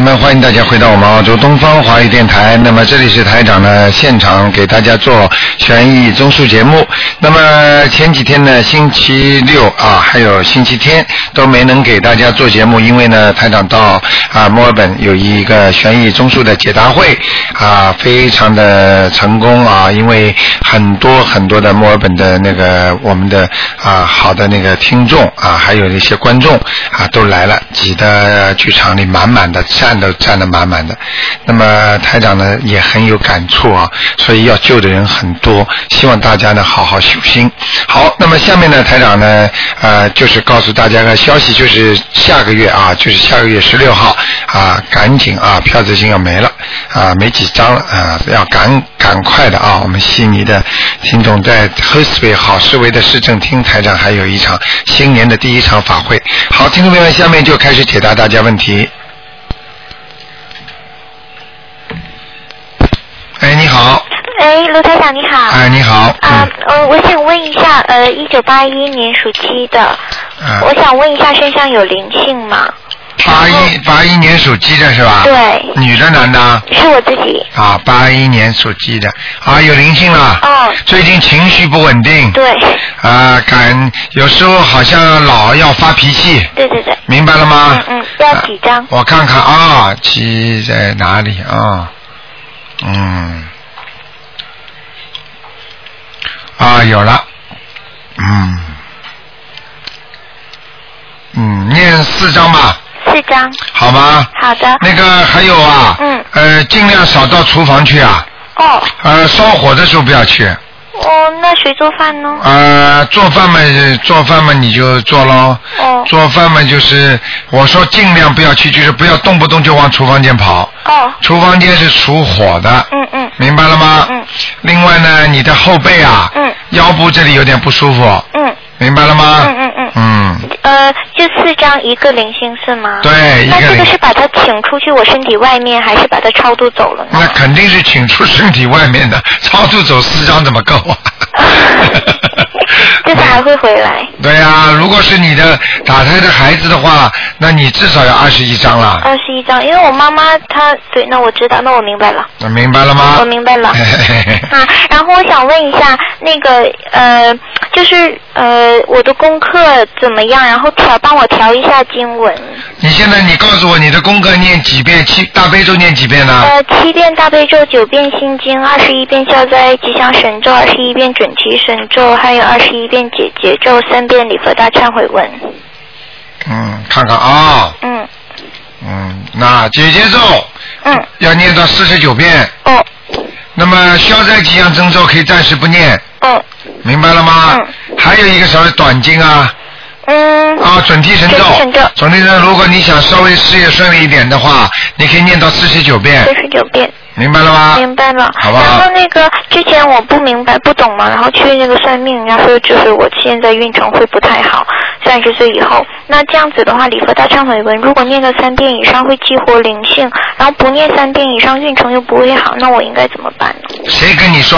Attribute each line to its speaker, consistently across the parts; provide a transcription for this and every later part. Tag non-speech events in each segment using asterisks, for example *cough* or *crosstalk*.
Speaker 1: 们，欢迎大家回到我们澳洲东方华语电台。那么这里是台长呢现场给大家做悬疑综述节目。那么前几天呢，星期六啊，还有星期天都没能给大家做节目，因为呢台长到啊墨尔本有一个悬疑综述的解答会啊，非常的成功啊，因为很多很多的墨尔本的那个我们的啊好的那个听众啊，还有一些观众啊都来了，挤得剧场里啊满满的，站都站得满满的。那么台长呢也很有感触啊，所以要救的人很多，希望大家呢好好修心。好，那么下面呢台长呢呃就是告诉大家个消息，就是下个月啊，就是下个月十六号啊，赶紧啊票子已经要没了啊，没几张了啊，要赶赶快的啊，我们悉尼的听众在 h e r s b y 好市委的市政厅台长还有一场新年的第一场法会。好，听众朋友们，下面就开始解答大家问题。哎，你好，
Speaker 2: 哎，卢台长你好。
Speaker 1: 哎，你好，
Speaker 2: 啊
Speaker 1: 嗯，
Speaker 2: 呃，我想问一下，呃，一九八一年属鸡的，
Speaker 1: 嗯
Speaker 2: 我想问一下身上有灵性吗？
Speaker 1: 八一八一年属鸡的是吧？
Speaker 2: 对，
Speaker 1: 女的男的？
Speaker 2: 是我自己。
Speaker 1: 啊，八一年属鸡的啊，有灵性了。
Speaker 2: 哦，
Speaker 1: 最近情绪不稳定
Speaker 2: 对，
Speaker 1: 啊，感有时候好像老要发脾气，
Speaker 2: 对对对，
Speaker 1: 明白了
Speaker 2: 嗯
Speaker 1: 吗？
Speaker 2: 嗯，要几张？
Speaker 1: 我看看啊，鸡在哪里啊？嗯，啊，有了，嗯，嗯，念四张吧，
Speaker 2: 四张。
Speaker 1: 好吗？
Speaker 2: 好的。
Speaker 1: 那个还有啊，
Speaker 2: 嗯
Speaker 1: 呃，尽量少到厨房去啊。
Speaker 2: 哦，
Speaker 1: 呃，烧火的时候不要去。
Speaker 2: 哦，那谁做饭呢？
Speaker 1: 呃，做饭嘛，呃做饭嘛你就做喽。
Speaker 2: 哦
Speaker 1: 做饭嘛就是，我说尽量不要去，就是不要动不动就往厨房间跑。
Speaker 2: 哦，
Speaker 1: 厨房间是属火的，
Speaker 2: 嗯嗯
Speaker 1: 明白了吗？
Speaker 2: 嗯
Speaker 1: 另外呢，你的后背啊，
Speaker 2: 嗯
Speaker 1: 腰部这里有点不舒服，
Speaker 2: 嗯
Speaker 1: 明白了吗？
Speaker 2: 嗯嗯嗯，
Speaker 1: 嗯，
Speaker 2: 呃，就四张一个灵性是吗？。
Speaker 1: 对，一
Speaker 2: 那
Speaker 1: 个
Speaker 2: 这
Speaker 1: 人
Speaker 2: 个是把它请出去我身体外面，还是把它超度走了呢？？
Speaker 1: 那肯定是请出身体外面的，超度走四张怎么够啊
Speaker 2: *laughs* 就是还会回来。
Speaker 1: 对呀、如果是你的打胎的孩子的话，那你至少要二十一张了，
Speaker 2: 二十一张，因为我妈妈她对，那我知道，那我明白了，
Speaker 1: 那明白了吗？
Speaker 2: 我哦明白了。啊，然后我想问一下，那个呃，就是呃，我的功课怎么样？然后调帮我调一下经文，
Speaker 1: 你现在你告诉我你的功课念几遍，七大悲咒念几遍呢？
Speaker 2: 呃，七遍大悲咒，九遍心经，二十一遍消灾吉祥神咒，二十一遍准提神咒，还有二十一遍解结咒，三遍礼佛大忏悔文。
Speaker 1: 嗯，看看啊、
Speaker 2: 嗯
Speaker 1: 嗯，那姐姐咒
Speaker 2: 嗯
Speaker 1: 要念到四十九遍，
Speaker 2: 哦
Speaker 1: 那么消灾吉祥真咒可以暂时不念，
Speaker 2: 哦
Speaker 1: 明白了吗？还有一个什么短经啊？
Speaker 2: 嗯
Speaker 1: 啊，准提神咒
Speaker 2: 准提神咒，
Speaker 1: 准提神咒，如果你想稍微事业顺利一点的话，你可以念到四十九遍
Speaker 2: 四，十九遍。
Speaker 1: 明白了吗？
Speaker 2: 明白了。
Speaker 1: 啊好不好
Speaker 2: 然后那个之前我不明白不懂嘛，然后去那个算命，人家说就是我现在运程会不太好，三十岁以后。那这样子的话，礼佛大忏悔文如果念个三遍以上会激活灵性，然后不念三遍以上运程又不会好，那我应该怎么办呢？
Speaker 1: 谁跟你说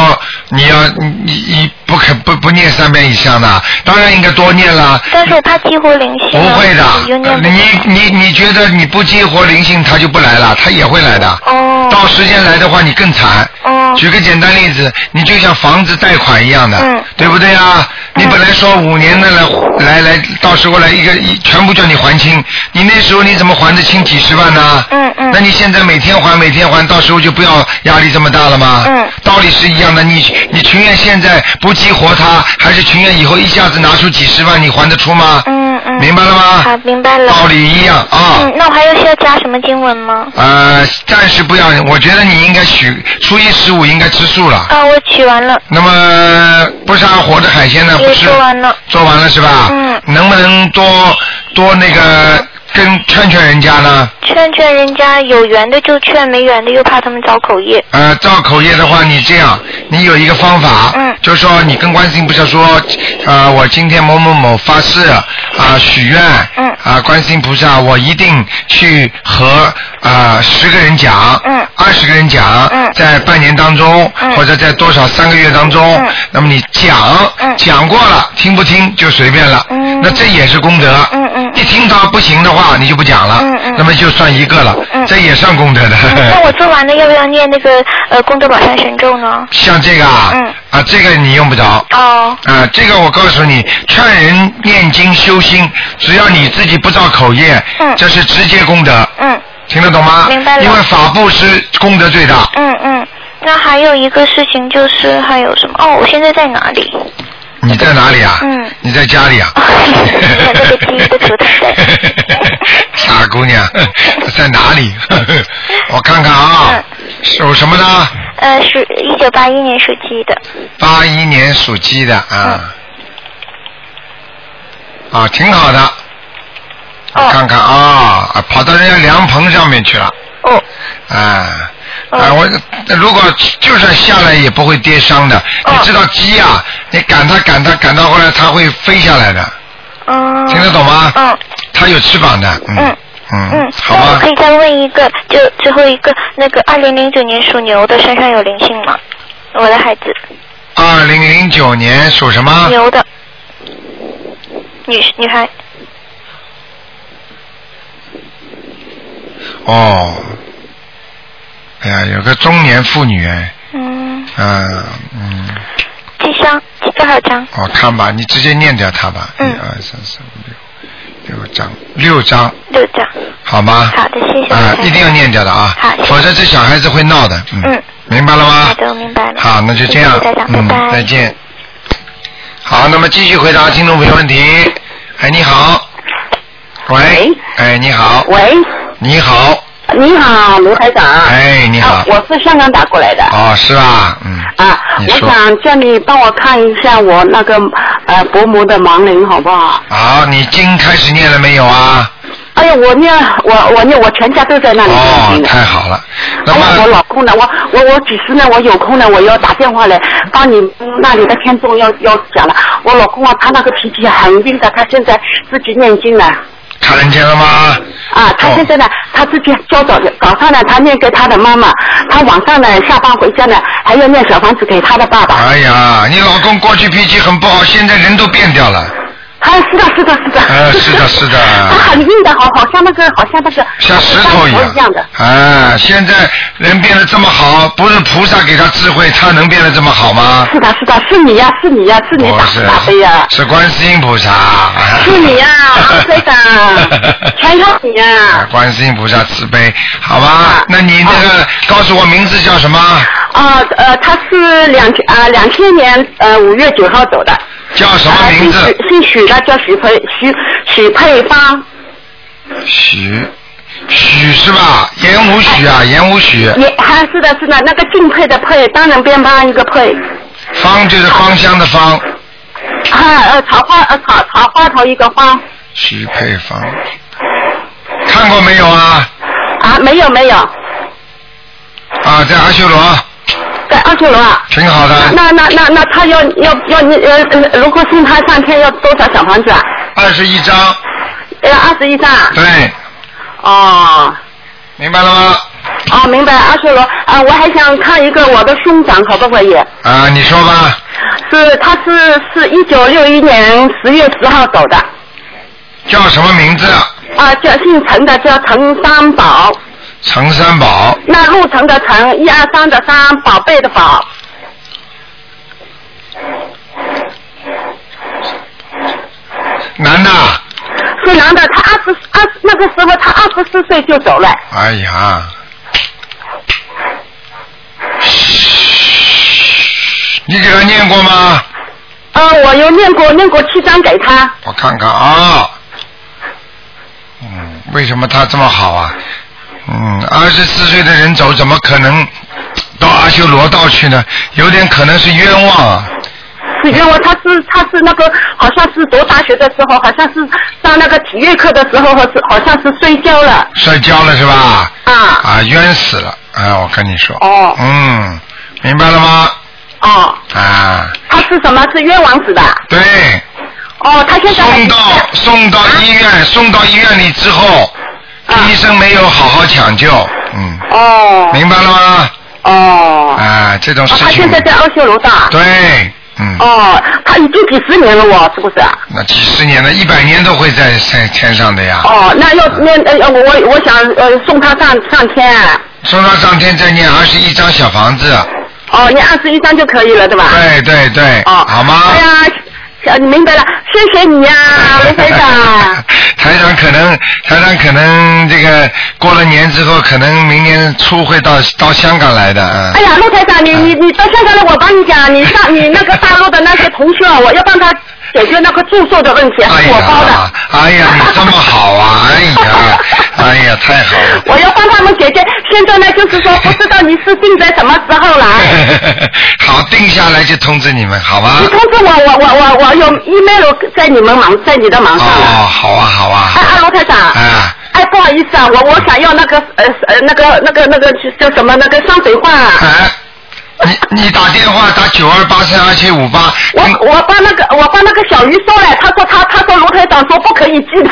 Speaker 1: 你要你你不肯不不念三遍以上的？当然应该多念啦。
Speaker 2: 但是我怕激活灵性
Speaker 1: 不
Speaker 2: 啊，
Speaker 1: 会
Speaker 2: 我就
Speaker 1: 的，
Speaker 2: 念不
Speaker 1: 你你你觉得你不激活灵性，它就不来了，它也会来的。
Speaker 2: 哦
Speaker 1: 到时间来的话，你更惨。
Speaker 2: 哦
Speaker 1: 举个简单例子，你就像房子贷款一样的，
Speaker 2: 嗯
Speaker 1: 对不对啊？你
Speaker 2: 嗯
Speaker 1: 本来说五年的来来来，到时候来一个一全部叫你还清，你那时候你怎么还得清几十万呢？
Speaker 2: 嗯嗯
Speaker 1: 那你现在每天还每天还，到时候就不要压力这么大了吗？
Speaker 2: 嗯
Speaker 1: 道理是一样的，你你情愿现在不激活它，还是情愿以后一下子拿出几十万，你还得出吗？
Speaker 2: 嗯嗯。
Speaker 1: 明白了
Speaker 2: 好，
Speaker 1: 吗？
Speaker 2: 明白了。
Speaker 1: 道理一样啊。
Speaker 2: 嗯，那我还有需要加什么经文吗？
Speaker 1: 呃，暂时不要，我觉得你应该许初一十五应该吃素了。
Speaker 2: 啊，我取完了，
Speaker 1: 那么不杀活的海鲜呢？不
Speaker 2: 也
Speaker 1: 是
Speaker 2: 说完了。
Speaker 1: 做完了是吧？
Speaker 2: 嗯
Speaker 1: 能不能多多那个跟劝劝人家呢？
Speaker 2: 劝劝人家有缘的就劝，没缘的又怕他们造口业。
Speaker 1: 呃，造口业的话，你这样，你有一个方法，
Speaker 2: 嗯
Speaker 1: 就说你跟观世音菩萨说，啊、我今天某某某发誓啊、许愿，
Speaker 2: 嗯
Speaker 1: 啊、观世音菩萨，我一定去和啊十、0个人讲，
Speaker 2: 嗯
Speaker 1: 二十个人讲，
Speaker 2: 嗯
Speaker 1: 在半年当中、
Speaker 2: 嗯
Speaker 1: 或者在多少三个月当中，
Speaker 2: 嗯
Speaker 1: 那么你讲、
Speaker 2: 嗯
Speaker 1: 讲过了，听不听就随便了，
Speaker 2: 嗯
Speaker 1: 那这也是功德，
Speaker 2: 嗯嗯嗯
Speaker 1: 一听到不行的话，你就不讲了，
Speaker 2: 嗯嗯
Speaker 1: 那么就算一个了，
Speaker 2: 嗯
Speaker 1: 这也算功德的。
Speaker 2: 嗯那我做完了要不要念那个呃功德宝山神咒呢？
Speaker 1: 像这个啊，
Speaker 2: 嗯
Speaker 1: 啊，这个你用不着。
Speaker 2: 哦，
Speaker 1: 啊，这个我告诉你，劝人念经修心，只要你自己不造口业，
Speaker 2: 嗯
Speaker 1: 这是直接功德，
Speaker 2: 嗯
Speaker 1: 听得懂吗？
Speaker 2: 明白了
Speaker 1: 因为法布施功德最大。
Speaker 2: 嗯嗯。那还有一个事情就是还有什么？哦，我现在在哪里？
Speaker 1: 你在哪里啊？
Speaker 2: 嗯
Speaker 1: 你在家
Speaker 2: *laughs*
Speaker 1: 里啊？
Speaker 2: 你看这个第一个图腾在
Speaker 1: *laughs* 傻姑
Speaker 2: *laughs*
Speaker 1: 娘，在哪里？ *laughs* 我看看
Speaker 2: 嗯
Speaker 1: 啊，属什么呢？
Speaker 2: 呃，是一九八一年属鸡的。
Speaker 1: 八一年属鸡的
Speaker 2: 嗯
Speaker 1: 啊，啊，挺好的。我
Speaker 2: 哦
Speaker 1: 看看啊、啊跑到人家凉棚上面去了。
Speaker 2: 哦
Speaker 1: 啊。啊，
Speaker 2: 哦
Speaker 1: 我如果就算下来也不会跌伤的。
Speaker 2: 哦
Speaker 1: 你知道鸡啊，你赶它赶它赶到后来它会飞下来的，
Speaker 2: 嗯。
Speaker 1: 听得懂吗？
Speaker 2: 嗯
Speaker 1: 它有翅膀的。嗯
Speaker 2: 嗯
Speaker 1: 嗯
Speaker 2: 嗯，，
Speaker 1: 好
Speaker 2: 那我
Speaker 1: 吧
Speaker 2: 可。以再问一个，就最后一个，那个二零零九年属牛的身上有灵性吗？我的孩子，
Speaker 1: 二零零九年属什么？
Speaker 2: 牛的，女女孩，
Speaker 1: 哦，哎呀，有个中年妇女哎，
Speaker 2: 嗯，
Speaker 1: 嗯嗯，
Speaker 2: 几张？几多少张？
Speaker 1: 我哦看吧，你直接念掉它吧。
Speaker 2: 嗯
Speaker 1: 一二三四五六，六张，六张，
Speaker 2: 六张。
Speaker 1: 好吗？
Speaker 2: 好的，谢谢。
Speaker 1: 啊，一定要念掉的啊
Speaker 2: 嗯好，谢谢
Speaker 1: 否则这小孩子会闹的。
Speaker 2: 嗯，
Speaker 1: 明白了吗
Speaker 2: 好？的，我明白了。
Speaker 1: 好，那就这
Speaker 2: 谢
Speaker 1: 样
Speaker 2: 谢台长，
Speaker 1: 嗯
Speaker 2: 拜拜，
Speaker 1: 再见。好，那么继续回答听众朋友问题。哎，你好，喂
Speaker 3: 喂，
Speaker 1: 哎，你好，
Speaker 3: 喂，
Speaker 1: 你好，
Speaker 3: 你好，卢台长。
Speaker 1: 哎，你好
Speaker 3: 啊，，我是香港打过来的。
Speaker 1: 哦，是吧？嗯，
Speaker 3: 啊，
Speaker 1: 你
Speaker 3: 我
Speaker 1: 说
Speaker 3: 想叫你帮我看一下我那个呃薄膜的盲人好不好？
Speaker 1: 好，你经开始念了没有啊？
Speaker 3: 哎呀，我念我我念我全家都在那里念
Speaker 1: 哦
Speaker 3: 经，的。
Speaker 1: 太好了，那
Speaker 3: 哎呀，我
Speaker 1: 么
Speaker 3: 老公呢？我我我几时呢？我有空呢，我要打电话来帮你嗯那里的听众要要讲了。我老公啊，他那个脾气很硬的，他现在自己念经了。
Speaker 1: 看见了吗？
Speaker 3: 啊，
Speaker 1: 哦
Speaker 3: 他现在呢，他自己教早早上呢，他念给他的妈妈，他晚上呢下班回家呢，还要念小房子给他的爸爸。
Speaker 1: 哎呀，你老公过去脾气很不好，现在人都变掉了。
Speaker 3: 他啊是的，是的，是的。
Speaker 1: 哎是的是的
Speaker 3: *laughs* 他很硬的，好好像那个，好像那个
Speaker 1: 像石头一样
Speaker 3: 一样的。
Speaker 1: 啊，现在人变得这么好，不是菩萨给他智慧，他能变得这么好吗？
Speaker 3: 是的，是的，是你呀、是你呀、是
Speaker 1: 不
Speaker 3: 你打
Speaker 1: 是
Speaker 3: 打的
Speaker 1: *laughs*
Speaker 3: 呀，，
Speaker 1: 是观世音菩萨。，
Speaker 3: 是你呀、啊，队长
Speaker 1: *laughs*
Speaker 3: 全靠你呀、
Speaker 1: 啊观世音菩萨慈悲，好吧
Speaker 3: 啊？
Speaker 1: 那你那个告诉我名字叫什么？
Speaker 3: 啊，呃，他是两千啊两千年呃五月九号走的，
Speaker 1: 叫什么
Speaker 3: 啊
Speaker 1: 名
Speaker 3: 姓
Speaker 1: 字？
Speaker 3: 许姓许的，叫许佩许许佩芳，
Speaker 1: 许许是吧？言无许
Speaker 3: 哎
Speaker 1: 啊，言无许，
Speaker 3: 也还啊是的是的，那个敬佩的佩，单人边旁一个佩，
Speaker 1: 芳就是芳香的芳，
Speaker 3: 啊呃草花呃草草花头一个花，
Speaker 1: 许配芳。看过没有啊？
Speaker 3: 啊没有没有，
Speaker 1: 啊，在阿修罗，
Speaker 3: 在二修罗啊。
Speaker 1: 挺好的。
Speaker 3: 那那那那他要要要呃呃，如果送他上天要多少小房子啊？
Speaker 1: 二十一章，
Speaker 3: 呃，二十一张啊。
Speaker 1: 对，
Speaker 3: 哦
Speaker 1: 明白了吗？
Speaker 3: 哦，明白了，二修罗啊，我还想看一个我的兄长，可不可以？
Speaker 1: 啊，你说吧，
Speaker 3: 是，他是是一九六一年十月十号走的，
Speaker 1: 叫什么名字？
Speaker 3: 啊，叫姓陈的叫陈三宝，
Speaker 1: 陈三宝，
Speaker 3: 那路程的程，一二三的三，宝贝的宝，
Speaker 1: 男的。
Speaker 3: 是男的，他二十二十那个时候他二十四岁就走了，
Speaker 1: 哎呀，你给他念过吗？
Speaker 3: 呃，我有念过念过七张给他，
Speaker 1: 我看看啊。嗯，为什么他这么好啊？嗯，二十四岁的人走，怎么可能到阿修罗道去呢？有点可能是冤枉啊。
Speaker 3: 是因为他是他是那个好像是读大学的时候，好像是上那个体育课的时候，好是好像是摔跤了
Speaker 1: 摔跤了是吧？
Speaker 3: 啊，
Speaker 1: 啊，冤死了！啊，我跟你说。
Speaker 3: 哦
Speaker 1: 嗯，明白了吗？
Speaker 3: 哦，
Speaker 1: 啊，
Speaker 3: 他是什么是冤枉死的，
Speaker 1: 对，
Speaker 3: 哦，他现在还
Speaker 1: 送到送到医院，送到医院里之后，
Speaker 3: 啊
Speaker 1: 医生没有好好抢救，嗯，
Speaker 3: 哦
Speaker 1: 明白了吗？
Speaker 3: 哦。
Speaker 1: 啊，这种
Speaker 3: 哦
Speaker 1: 事
Speaker 3: 他
Speaker 1: 情
Speaker 3: 现，在在二修楼道啊。
Speaker 1: 对，嗯，
Speaker 3: 哦，他已经几十年了哦，是不是啊？
Speaker 1: 那几十年了，一百年都会在在天上的呀。
Speaker 3: 哦，那要那呃我我我想呃送他上上天啊，
Speaker 1: 送他上天再念二十一张小房子，
Speaker 3: 哦，你二十一张就可以了，对吧？
Speaker 1: 对对对，
Speaker 3: 哦，
Speaker 1: 好吗？
Speaker 3: 哎呀，小你明白了，谢谢你
Speaker 1: *laughs*
Speaker 3: 呀、罗啊台长。
Speaker 1: 台长可能，台长可能这个过了年之后，可能明年初会到到香港来的啊
Speaker 3: 哎。呀，陆台长，你你
Speaker 1: 嗯
Speaker 3: 你到香港来，我帮你讲，你上你那个大陆的那些同学啊，我要帮他解决那个住宿的问题，
Speaker 1: 哎
Speaker 3: 是我包
Speaker 1: 呀
Speaker 3: 的。，
Speaker 1: 哎呀，你这么好啊！哎呀，哎呀，太好了。
Speaker 3: 我要帮他们解决，现在呢就是说不知道你是定在什么
Speaker 1: *laughs*
Speaker 3: 时候
Speaker 1: 啊
Speaker 3: 来，
Speaker 1: 好，定下来就通知你们，好吧
Speaker 3: 哎你？通知我，我我我我有 email 在你们忙在你的忙上了。
Speaker 1: 哦，好啊，好啊
Speaker 3: 哎，，哎，罗台长，
Speaker 1: 啊，
Speaker 3: 哎，不好意思啊，我我想要那个呃呃那个那个那个叫什么那个山水画啊。
Speaker 1: 哎，你你打电话打九二八三二七五八，
Speaker 3: 我
Speaker 1: 嗯
Speaker 3: 我帮那个我帮那个小鱼说了，他说他他说卢台长说不可以寄的。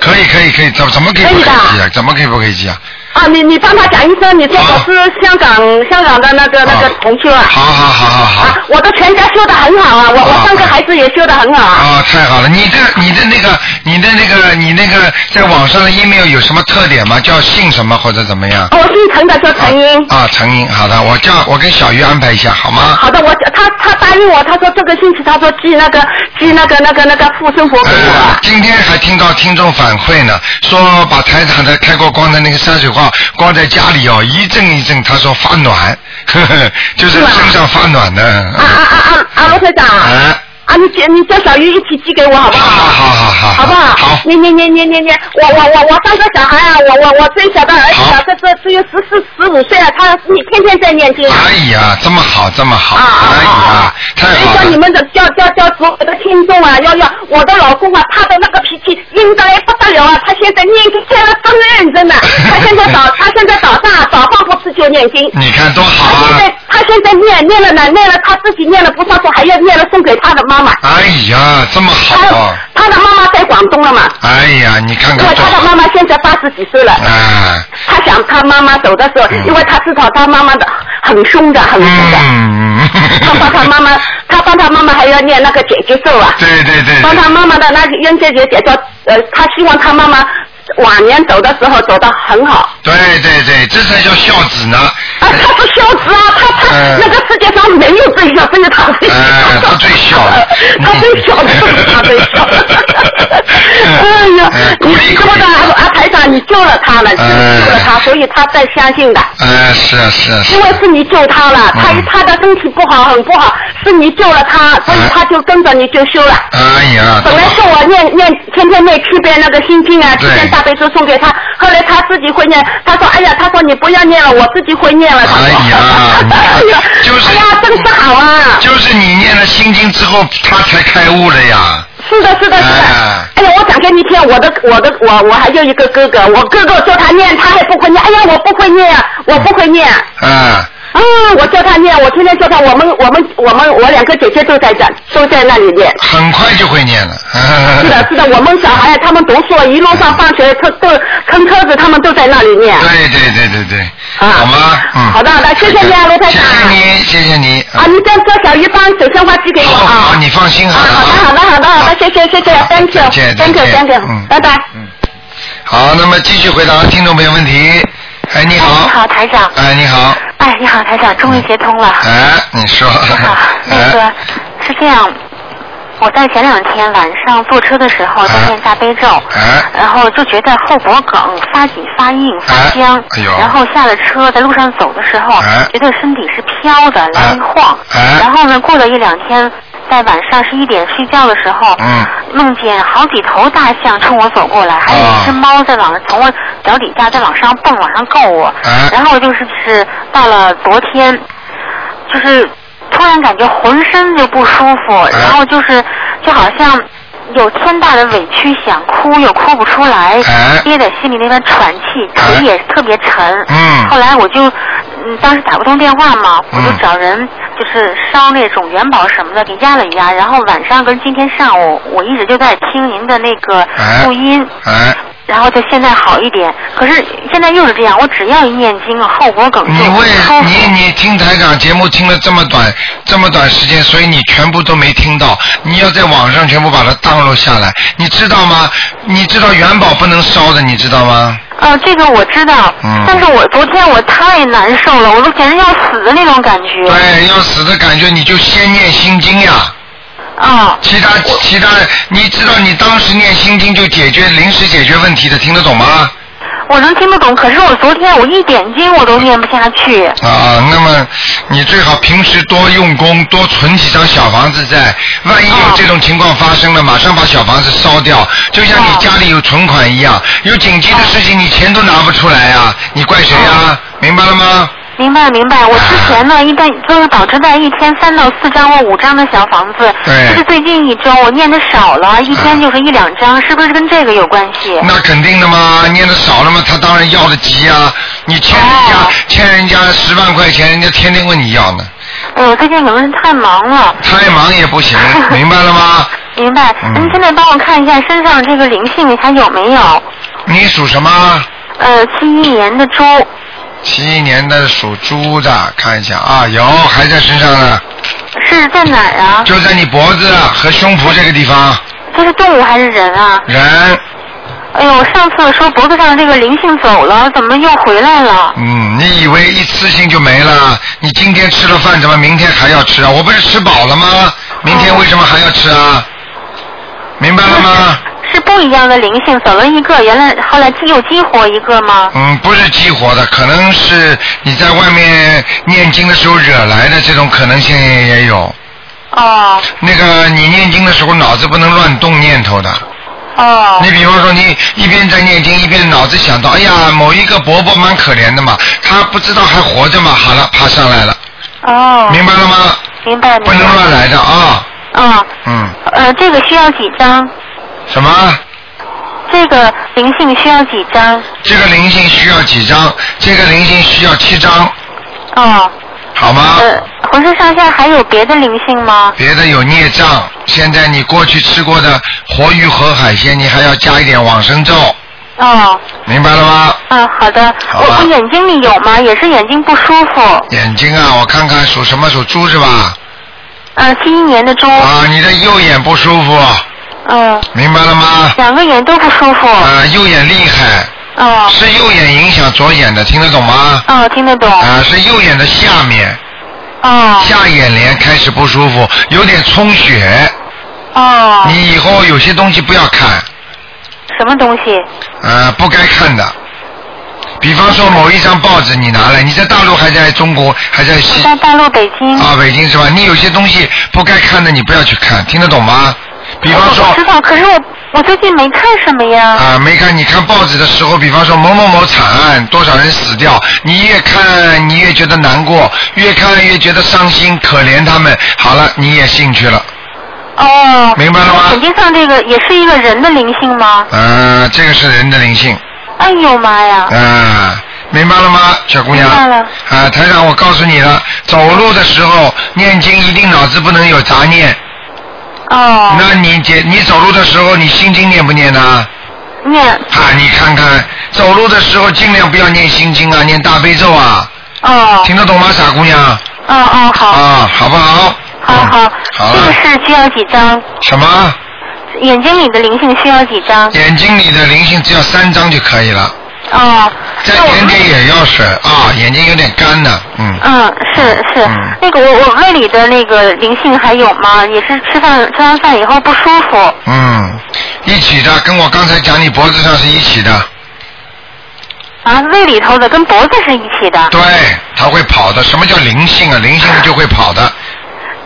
Speaker 1: 可以可以可以，怎怎么可以不可以寄啊？怎么可以不可以寄啊？
Speaker 3: 啊，你你帮他讲一声，你说我
Speaker 1: 啊
Speaker 3: 是香港、香港的那个那个
Speaker 1: 啊
Speaker 3: 同学啊。
Speaker 1: 好好好好好。
Speaker 3: 啊，我的全家修的很好啊，我、
Speaker 1: 啊
Speaker 3: 我三个孩子也修的很好啊。
Speaker 1: 啊、太好了！你的、你的那个、你的那个、你那个，在网上的 email 有什么特点吗？叫姓什么或者怎么样？
Speaker 3: 我姓陈的，叫陈英。
Speaker 1: 啊，成英，好的，我叫我跟小鱼安排一下，好吗？
Speaker 3: 好的，我他他答应我，他说这个星期他说寄那个寄那个那个那个护身符给我
Speaker 1: 呃
Speaker 3: 啊。，
Speaker 1: 今天还听到听众反馈呢，说把台长的开过光的那个山水画挂在家里哦，一阵一阵，他说发暖， *laughs* 呵呵，就是
Speaker 3: 是吧
Speaker 1: 身上发暖的。
Speaker 3: 啊啊啊啊啊！罗台长，啊，
Speaker 1: 啊，
Speaker 3: 你叫你叫小鱼一起寄给啊我好不
Speaker 1: 哎好
Speaker 3: 好？
Speaker 1: 好好好，
Speaker 3: 好不好？
Speaker 1: 好，
Speaker 3: 你你你你你你，我我我我三个小孩啊，我我我最小的儿子
Speaker 1: 好
Speaker 3: 啊，这这只有十四十五岁了，啊他你天天在念经啊
Speaker 1: 哎呀，这么好，这么好，
Speaker 3: 啊
Speaker 1: 哎
Speaker 3: 啊
Speaker 1: 呀
Speaker 3: 啊，！
Speaker 1: 太
Speaker 3: 所以
Speaker 1: 好
Speaker 3: 说你
Speaker 1: 了。
Speaker 3: 们的叫叫叫所有的听众啊，要要我的老公啊，他的那个脾气硬得来不得了啊，他现在念经念的真
Speaker 1: *laughs*
Speaker 3: 认真的，他现在早他现在早上啊早上不吃就念经。
Speaker 1: 你看多好啊！
Speaker 3: 他现在他现在念念了呢，念了他自己念了不算数，还要念了送给他的妈妈。
Speaker 1: 哎呀，这么
Speaker 3: 他
Speaker 1: 好、啊！
Speaker 3: 他的妈妈在广东了嘛？
Speaker 1: 哎呀，你看
Speaker 3: 因为
Speaker 1: 看多
Speaker 3: 他的
Speaker 1: 好
Speaker 3: 妈妈现在八十几岁了，
Speaker 1: 啊！
Speaker 3: 他想他妈妈走的时候，
Speaker 1: 嗯
Speaker 3: 因为他知道他妈妈的很凶的，很凶的，
Speaker 1: 嗯，
Speaker 3: 他
Speaker 1: *laughs*
Speaker 3: 帮他妈妈，他帮他妈妈还要念那个姐姐咒啊，
Speaker 1: 对对对，
Speaker 3: 帮他妈妈的那个冤结姐姐咒，呃，他希望他妈妈晚年走的时候走得很好。
Speaker 1: 对对对，这才叫孝子呢。
Speaker 3: 啊，他是孝子啊，他他、
Speaker 1: 嗯
Speaker 3: 那个世界上没有最小，只有他最小。
Speaker 1: 哎他最小
Speaker 3: *laughs* 他最小的，他最小。
Speaker 1: *laughs*
Speaker 3: 哎呀
Speaker 1: 哎，鼓
Speaker 3: 你
Speaker 1: 励
Speaker 3: 说
Speaker 1: 鼓励
Speaker 3: 的啊，台长，你救了他了，你
Speaker 1: 哎
Speaker 3: 救了他，所以他才相信的。
Speaker 1: 哎，是啊是啊是
Speaker 3: 因为
Speaker 1: 啊。
Speaker 3: 是你救他了，他
Speaker 1: 嗯
Speaker 3: 他的身体不好，很不好，是你救了他，所以
Speaker 1: 哎
Speaker 3: 他就跟着你就修了。
Speaker 1: 哎呀，
Speaker 3: 本来是我念念天天念七遍那个心经啊，七
Speaker 1: 对
Speaker 3: 遍大悲咒送给他，后来他自己会念，他说哎呀，他说你不要念了，我自己会念了。他说
Speaker 1: 哎呀
Speaker 3: 哎 *laughs* 呀，
Speaker 1: 就是
Speaker 3: 哎呀，真是好啊！
Speaker 1: 就是你念了心经之后，他才开悟了呀。
Speaker 3: 是的，是的，是的
Speaker 1: 哎。
Speaker 3: 哎呀，我讲给你听，我的我的我我还有一个哥哥，我哥哥叫他念，他还不会念，哎呀，我不会念，我不会念。
Speaker 1: 啊，
Speaker 3: 啊，我叫他念，我天天叫他，我们我们我们我两个姐姐都在这，都在那里念。
Speaker 1: 很快就会念了。嗯
Speaker 3: 是的，是的，我们小孩他们读书一路上放学，车都乘车子，他们都在那里念。
Speaker 1: *laughs* 对对对对对，
Speaker 3: 啊
Speaker 1: 好吗？嗯。
Speaker 3: 好的好的谢谢你啊罗台长
Speaker 1: 谢谢你，谢谢你。嗯
Speaker 3: 啊，你叫叫小鱼帮手鲜花寄给我
Speaker 1: 好好，
Speaker 3: 啊。
Speaker 1: 你放心
Speaker 3: 啊，
Speaker 1: 好了啊。
Speaker 3: 好的，好的，好的，好的，谢谢，谢谢，thank
Speaker 1: 再见再
Speaker 3: you，thank
Speaker 1: 见
Speaker 3: you，thank
Speaker 1: 嗯
Speaker 3: you，拜拜。
Speaker 1: 好，那么继续回答听众朋友问题。哎，你好。
Speaker 2: 哎你好台长
Speaker 1: 哎，你好。
Speaker 2: 哎，你好，台长，终于接通了。
Speaker 1: 哎，你说。
Speaker 2: 啊，
Speaker 1: *laughs*
Speaker 2: 那
Speaker 1: 哎
Speaker 2: 个是这样，我在前两天晚上坐车的时候在念大悲咒，
Speaker 1: 哎
Speaker 2: 然后就觉得后脖梗发紧、发硬、发僵，
Speaker 1: 哎哎呦
Speaker 2: 然后下了车，在路上走的时候，
Speaker 1: 哎
Speaker 2: 觉得身体是飘的，来回晃，
Speaker 1: 哎
Speaker 2: 然后呢，过了一两天。在晚上十一点睡觉的时候，
Speaker 1: 嗯
Speaker 2: 梦见好几头大象冲我走过来，还有
Speaker 1: 啊
Speaker 2: 一只猫在往上从我脚底下在往上蹦，往上够我。
Speaker 1: 哎
Speaker 2: 然后就是是到了昨天，就是突然感觉浑身就不舒服，
Speaker 1: 啊
Speaker 2: 然后就是就好像有天大的委屈，想哭又哭不出来
Speaker 1: 哎，
Speaker 2: 憋在心里那边喘气，
Speaker 1: 哎
Speaker 2: 腿也特别沉。
Speaker 1: 嗯
Speaker 2: 后来我就，嗯，当时打不通电话嘛，我
Speaker 1: 嗯
Speaker 2: 就找人就是烧那种元宝什么的给压了压，然后晚上跟今天上午我一直就在听您的那个
Speaker 1: 哎
Speaker 2: 录音，
Speaker 1: 哎
Speaker 4: 然后再现在好一点。可是现在又是这样，我只要一念经，后脖梗就
Speaker 1: 你为
Speaker 4: 开
Speaker 1: 你你听台长节目听了这么短这么短时间，所以你全部都没听到。你要在网上全部把它 download 下来，你知道吗？你知道元宝不能烧的，你知道吗？
Speaker 4: 呃，这个我知道，
Speaker 1: 嗯
Speaker 4: 但是我昨天我太难受了，我都简直要死的那种感觉。
Speaker 1: 对，要死的感觉，你就先念心经呀。
Speaker 4: 啊，
Speaker 1: 其他其他，你知道你当时念心经就解决临时解决问题的，听得懂吗？
Speaker 4: 我能听得懂，可是我昨天我一点经我都念不下去。
Speaker 1: 啊，那么你最好平时多用功，多存几张小房子在，万一有这种情况发生了，马上把小房子烧掉，就像你家里有存款一样，有紧急的事情你钱都拿不出来啊，你怪谁啊？明白了吗？
Speaker 4: 明白明白，我之前呢一般就是保持在一天三到四张或五张的小房子，
Speaker 1: 对嗯
Speaker 4: 就是最近一周我念的少了，一天就是一两张，是不是跟这个有关系？
Speaker 1: 那肯定的嘛，念的少了嘛，他当然要的急啊，你欠人家、
Speaker 4: 哦
Speaker 1: 欠人家十万块钱，人家天天问你要呢，
Speaker 4: 哎，我最近可能是太忙了。
Speaker 1: 太忙也不行，明白了吗？
Speaker 4: 明白，
Speaker 1: 嗯
Speaker 4: 您现在帮我看一下身上这个灵性还有没有？
Speaker 1: 你属什么？
Speaker 4: 呃，七一年的猪，
Speaker 1: 七一年的属猪的，看一下啊，有还在身上呢，
Speaker 4: 是在哪儿啊？
Speaker 1: 就在你脖子和胸脯这个地方。
Speaker 4: 这是动物还是人啊？
Speaker 1: 人，
Speaker 4: 哎呦，上次说脖子上这个灵性走了，怎么又回来了？
Speaker 1: 嗯，你以为一次性就没了？你今天吃了饭，怎么明天还要吃啊？我不是吃饱了吗？明天为什么还要吃啊？明白了吗？
Speaker 4: 是不一样的灵性，走了一个，原来后来又激活一个吗？
Speaker 1: 嗯，不是激活的，可能是你在外面念经的时候惹来的，这种可能性也有。
Speaker 4: 哦
Speaker 1: 那个，你念经的时候脑子不能乱动念头的。
Speaker 4: 哦
Speaker 1: 你比方说，你一边在念经，一边脑子想到，哎呀，某一个伯伯蛮可怜的嘛，他不知道还活着嘛，好了，爬上来了，
Speaker 4: 哦，嗯
Speaker 1: 明白了吗？
Speaker 4: 明白明
Speaker 1: 不
Speaker 4: 白。
Speaker 1: 能乱来的啊，
Speaker 4: 啊、
Speaker 1: 嗯，
Speaker 4: 呃，这个需要几张？
Speaker 1: 什么？
Speaker 4: 这个灵性需要几张？
Speaker 1: 这个灵性需要几张？这个灵性需要七张，
Speaker 4: 哦，
Speaker 1: 好吗？
Speaker 4: 呃，浑身上下还有别的灵性吗？
Speaker 1: 别的有孽障，现在你过去吃过的活鱼和海鲜，你还要加一点往生咒，
Speaker 4: 哦，
Speaker 1: 明白了吗？
Speaker 4: 嗯，好的。
Speaker 1: 好吧
Speaker 4: 我我眼睛里有吗？也是眼睛不舒服。
Speaker 1: 眼睛啊，我看看属什么属猪是吧？
Speaker 4: 嗯，七一年的猪。
Speaker 1: 啊，你的右眼不舒服，
Speaker 4: 嗯，
Speaker 1: 明白了吗？
Speaker 4: 两个眼都不舒服。
Speaker 1: 啊，右眼厉害，
Speaker 4: 哦
Speaker 1: 是右眼影响左眼的，听得懂吗？
Speaker 4: 哦，听得懂。
Speaker 1: 啊，是右眼的下面嗯
Speaker 4: 哦
Speaker 1: 下眼帘开始不舒服，有点充血。
Speaker 4: 哦。
Speaker 1: 你以后有些东西不要看，
Speaker 4: 什么东西？
Speaker 1: 呃，不该看的。比方说某一张报纸你拿来，你在大陆还在中国还在
Speaker 4: 我
Speaker 1: 西
Speaker 4: 在大陆北京。
Speaker 1: 啊北京是吧？你有些东西不该看的你不要去看，听得懂吗？比方说
Speaker 4: 我知道，可是我我最近没看什么呀。
Speaker 1: 啊，没看你看报纸的时候，比方说某某某惨案，多少人死掉，你越看你越觉得难过，越看越觉得伤心，可怜他们。好了，你也进去了。啊
Speaker 4: 哦。
Speaker 1: 明白了吗
Speaker 4: 眼睛上这个也是一个人的灵性吗？
Speaker 1: 呃，这个是人的灵性，
Speaker 4: 哎呦妈呀！
Speaker 1: 啊，明白了吗，小姑娘？
Speaker 4: 明白了
Speaker 1: 啊，台长，我告诉你了，走路的时候念经一定脑子不能有杂念。嗯
Speaker 4: 哦。
Speaker 1: 那你姐，你走路的时候你心经念不念呢？
Speaker 4: 念
Speaker 1: 啊，你看看，走路的时候尽量不要念心经啊，念大悲咒啊，
Speaker 4: 哦
Speaker 1: 听得懂吗，傻姑娘？
Speaker 4: 哦哦好
Speaker 1: 啊，好不好？
Speaker 4: 好好
Speaker 1: 嗯，好
Speaker 4: 这个
Speaker 1: 了。
Speaker 4: 是需要几张？
Speaker 1: 什么？
Speaker 4: 眼睛里的灵性需要几张？
Speaker 1: 眼睛里的灵性只要三张就可以了，
Speaker 4: 哦，
Speaker 1: 再
Speaker 4: 那我
Speaker 1: 点
Speaker 4: 们
Speaker 1: 点眼药水啊，眼睛有点干呢，嗯。
Speaker 4: 嗯，是是
Speaker 1: 嗯，
Speaker 4: 那个我我胃里的那个灵性还有吗？也是吃饭吃完饭以后不舒服。
Speaker 1: 嗯，一起的，跟我刚才讲你脖子上是一起的。
Speaker 4: 啊，胃里头的跟脖子是一起的。
Speaker 1: 对，它会跑的。什么叫灵性啊？灵性就会跑的，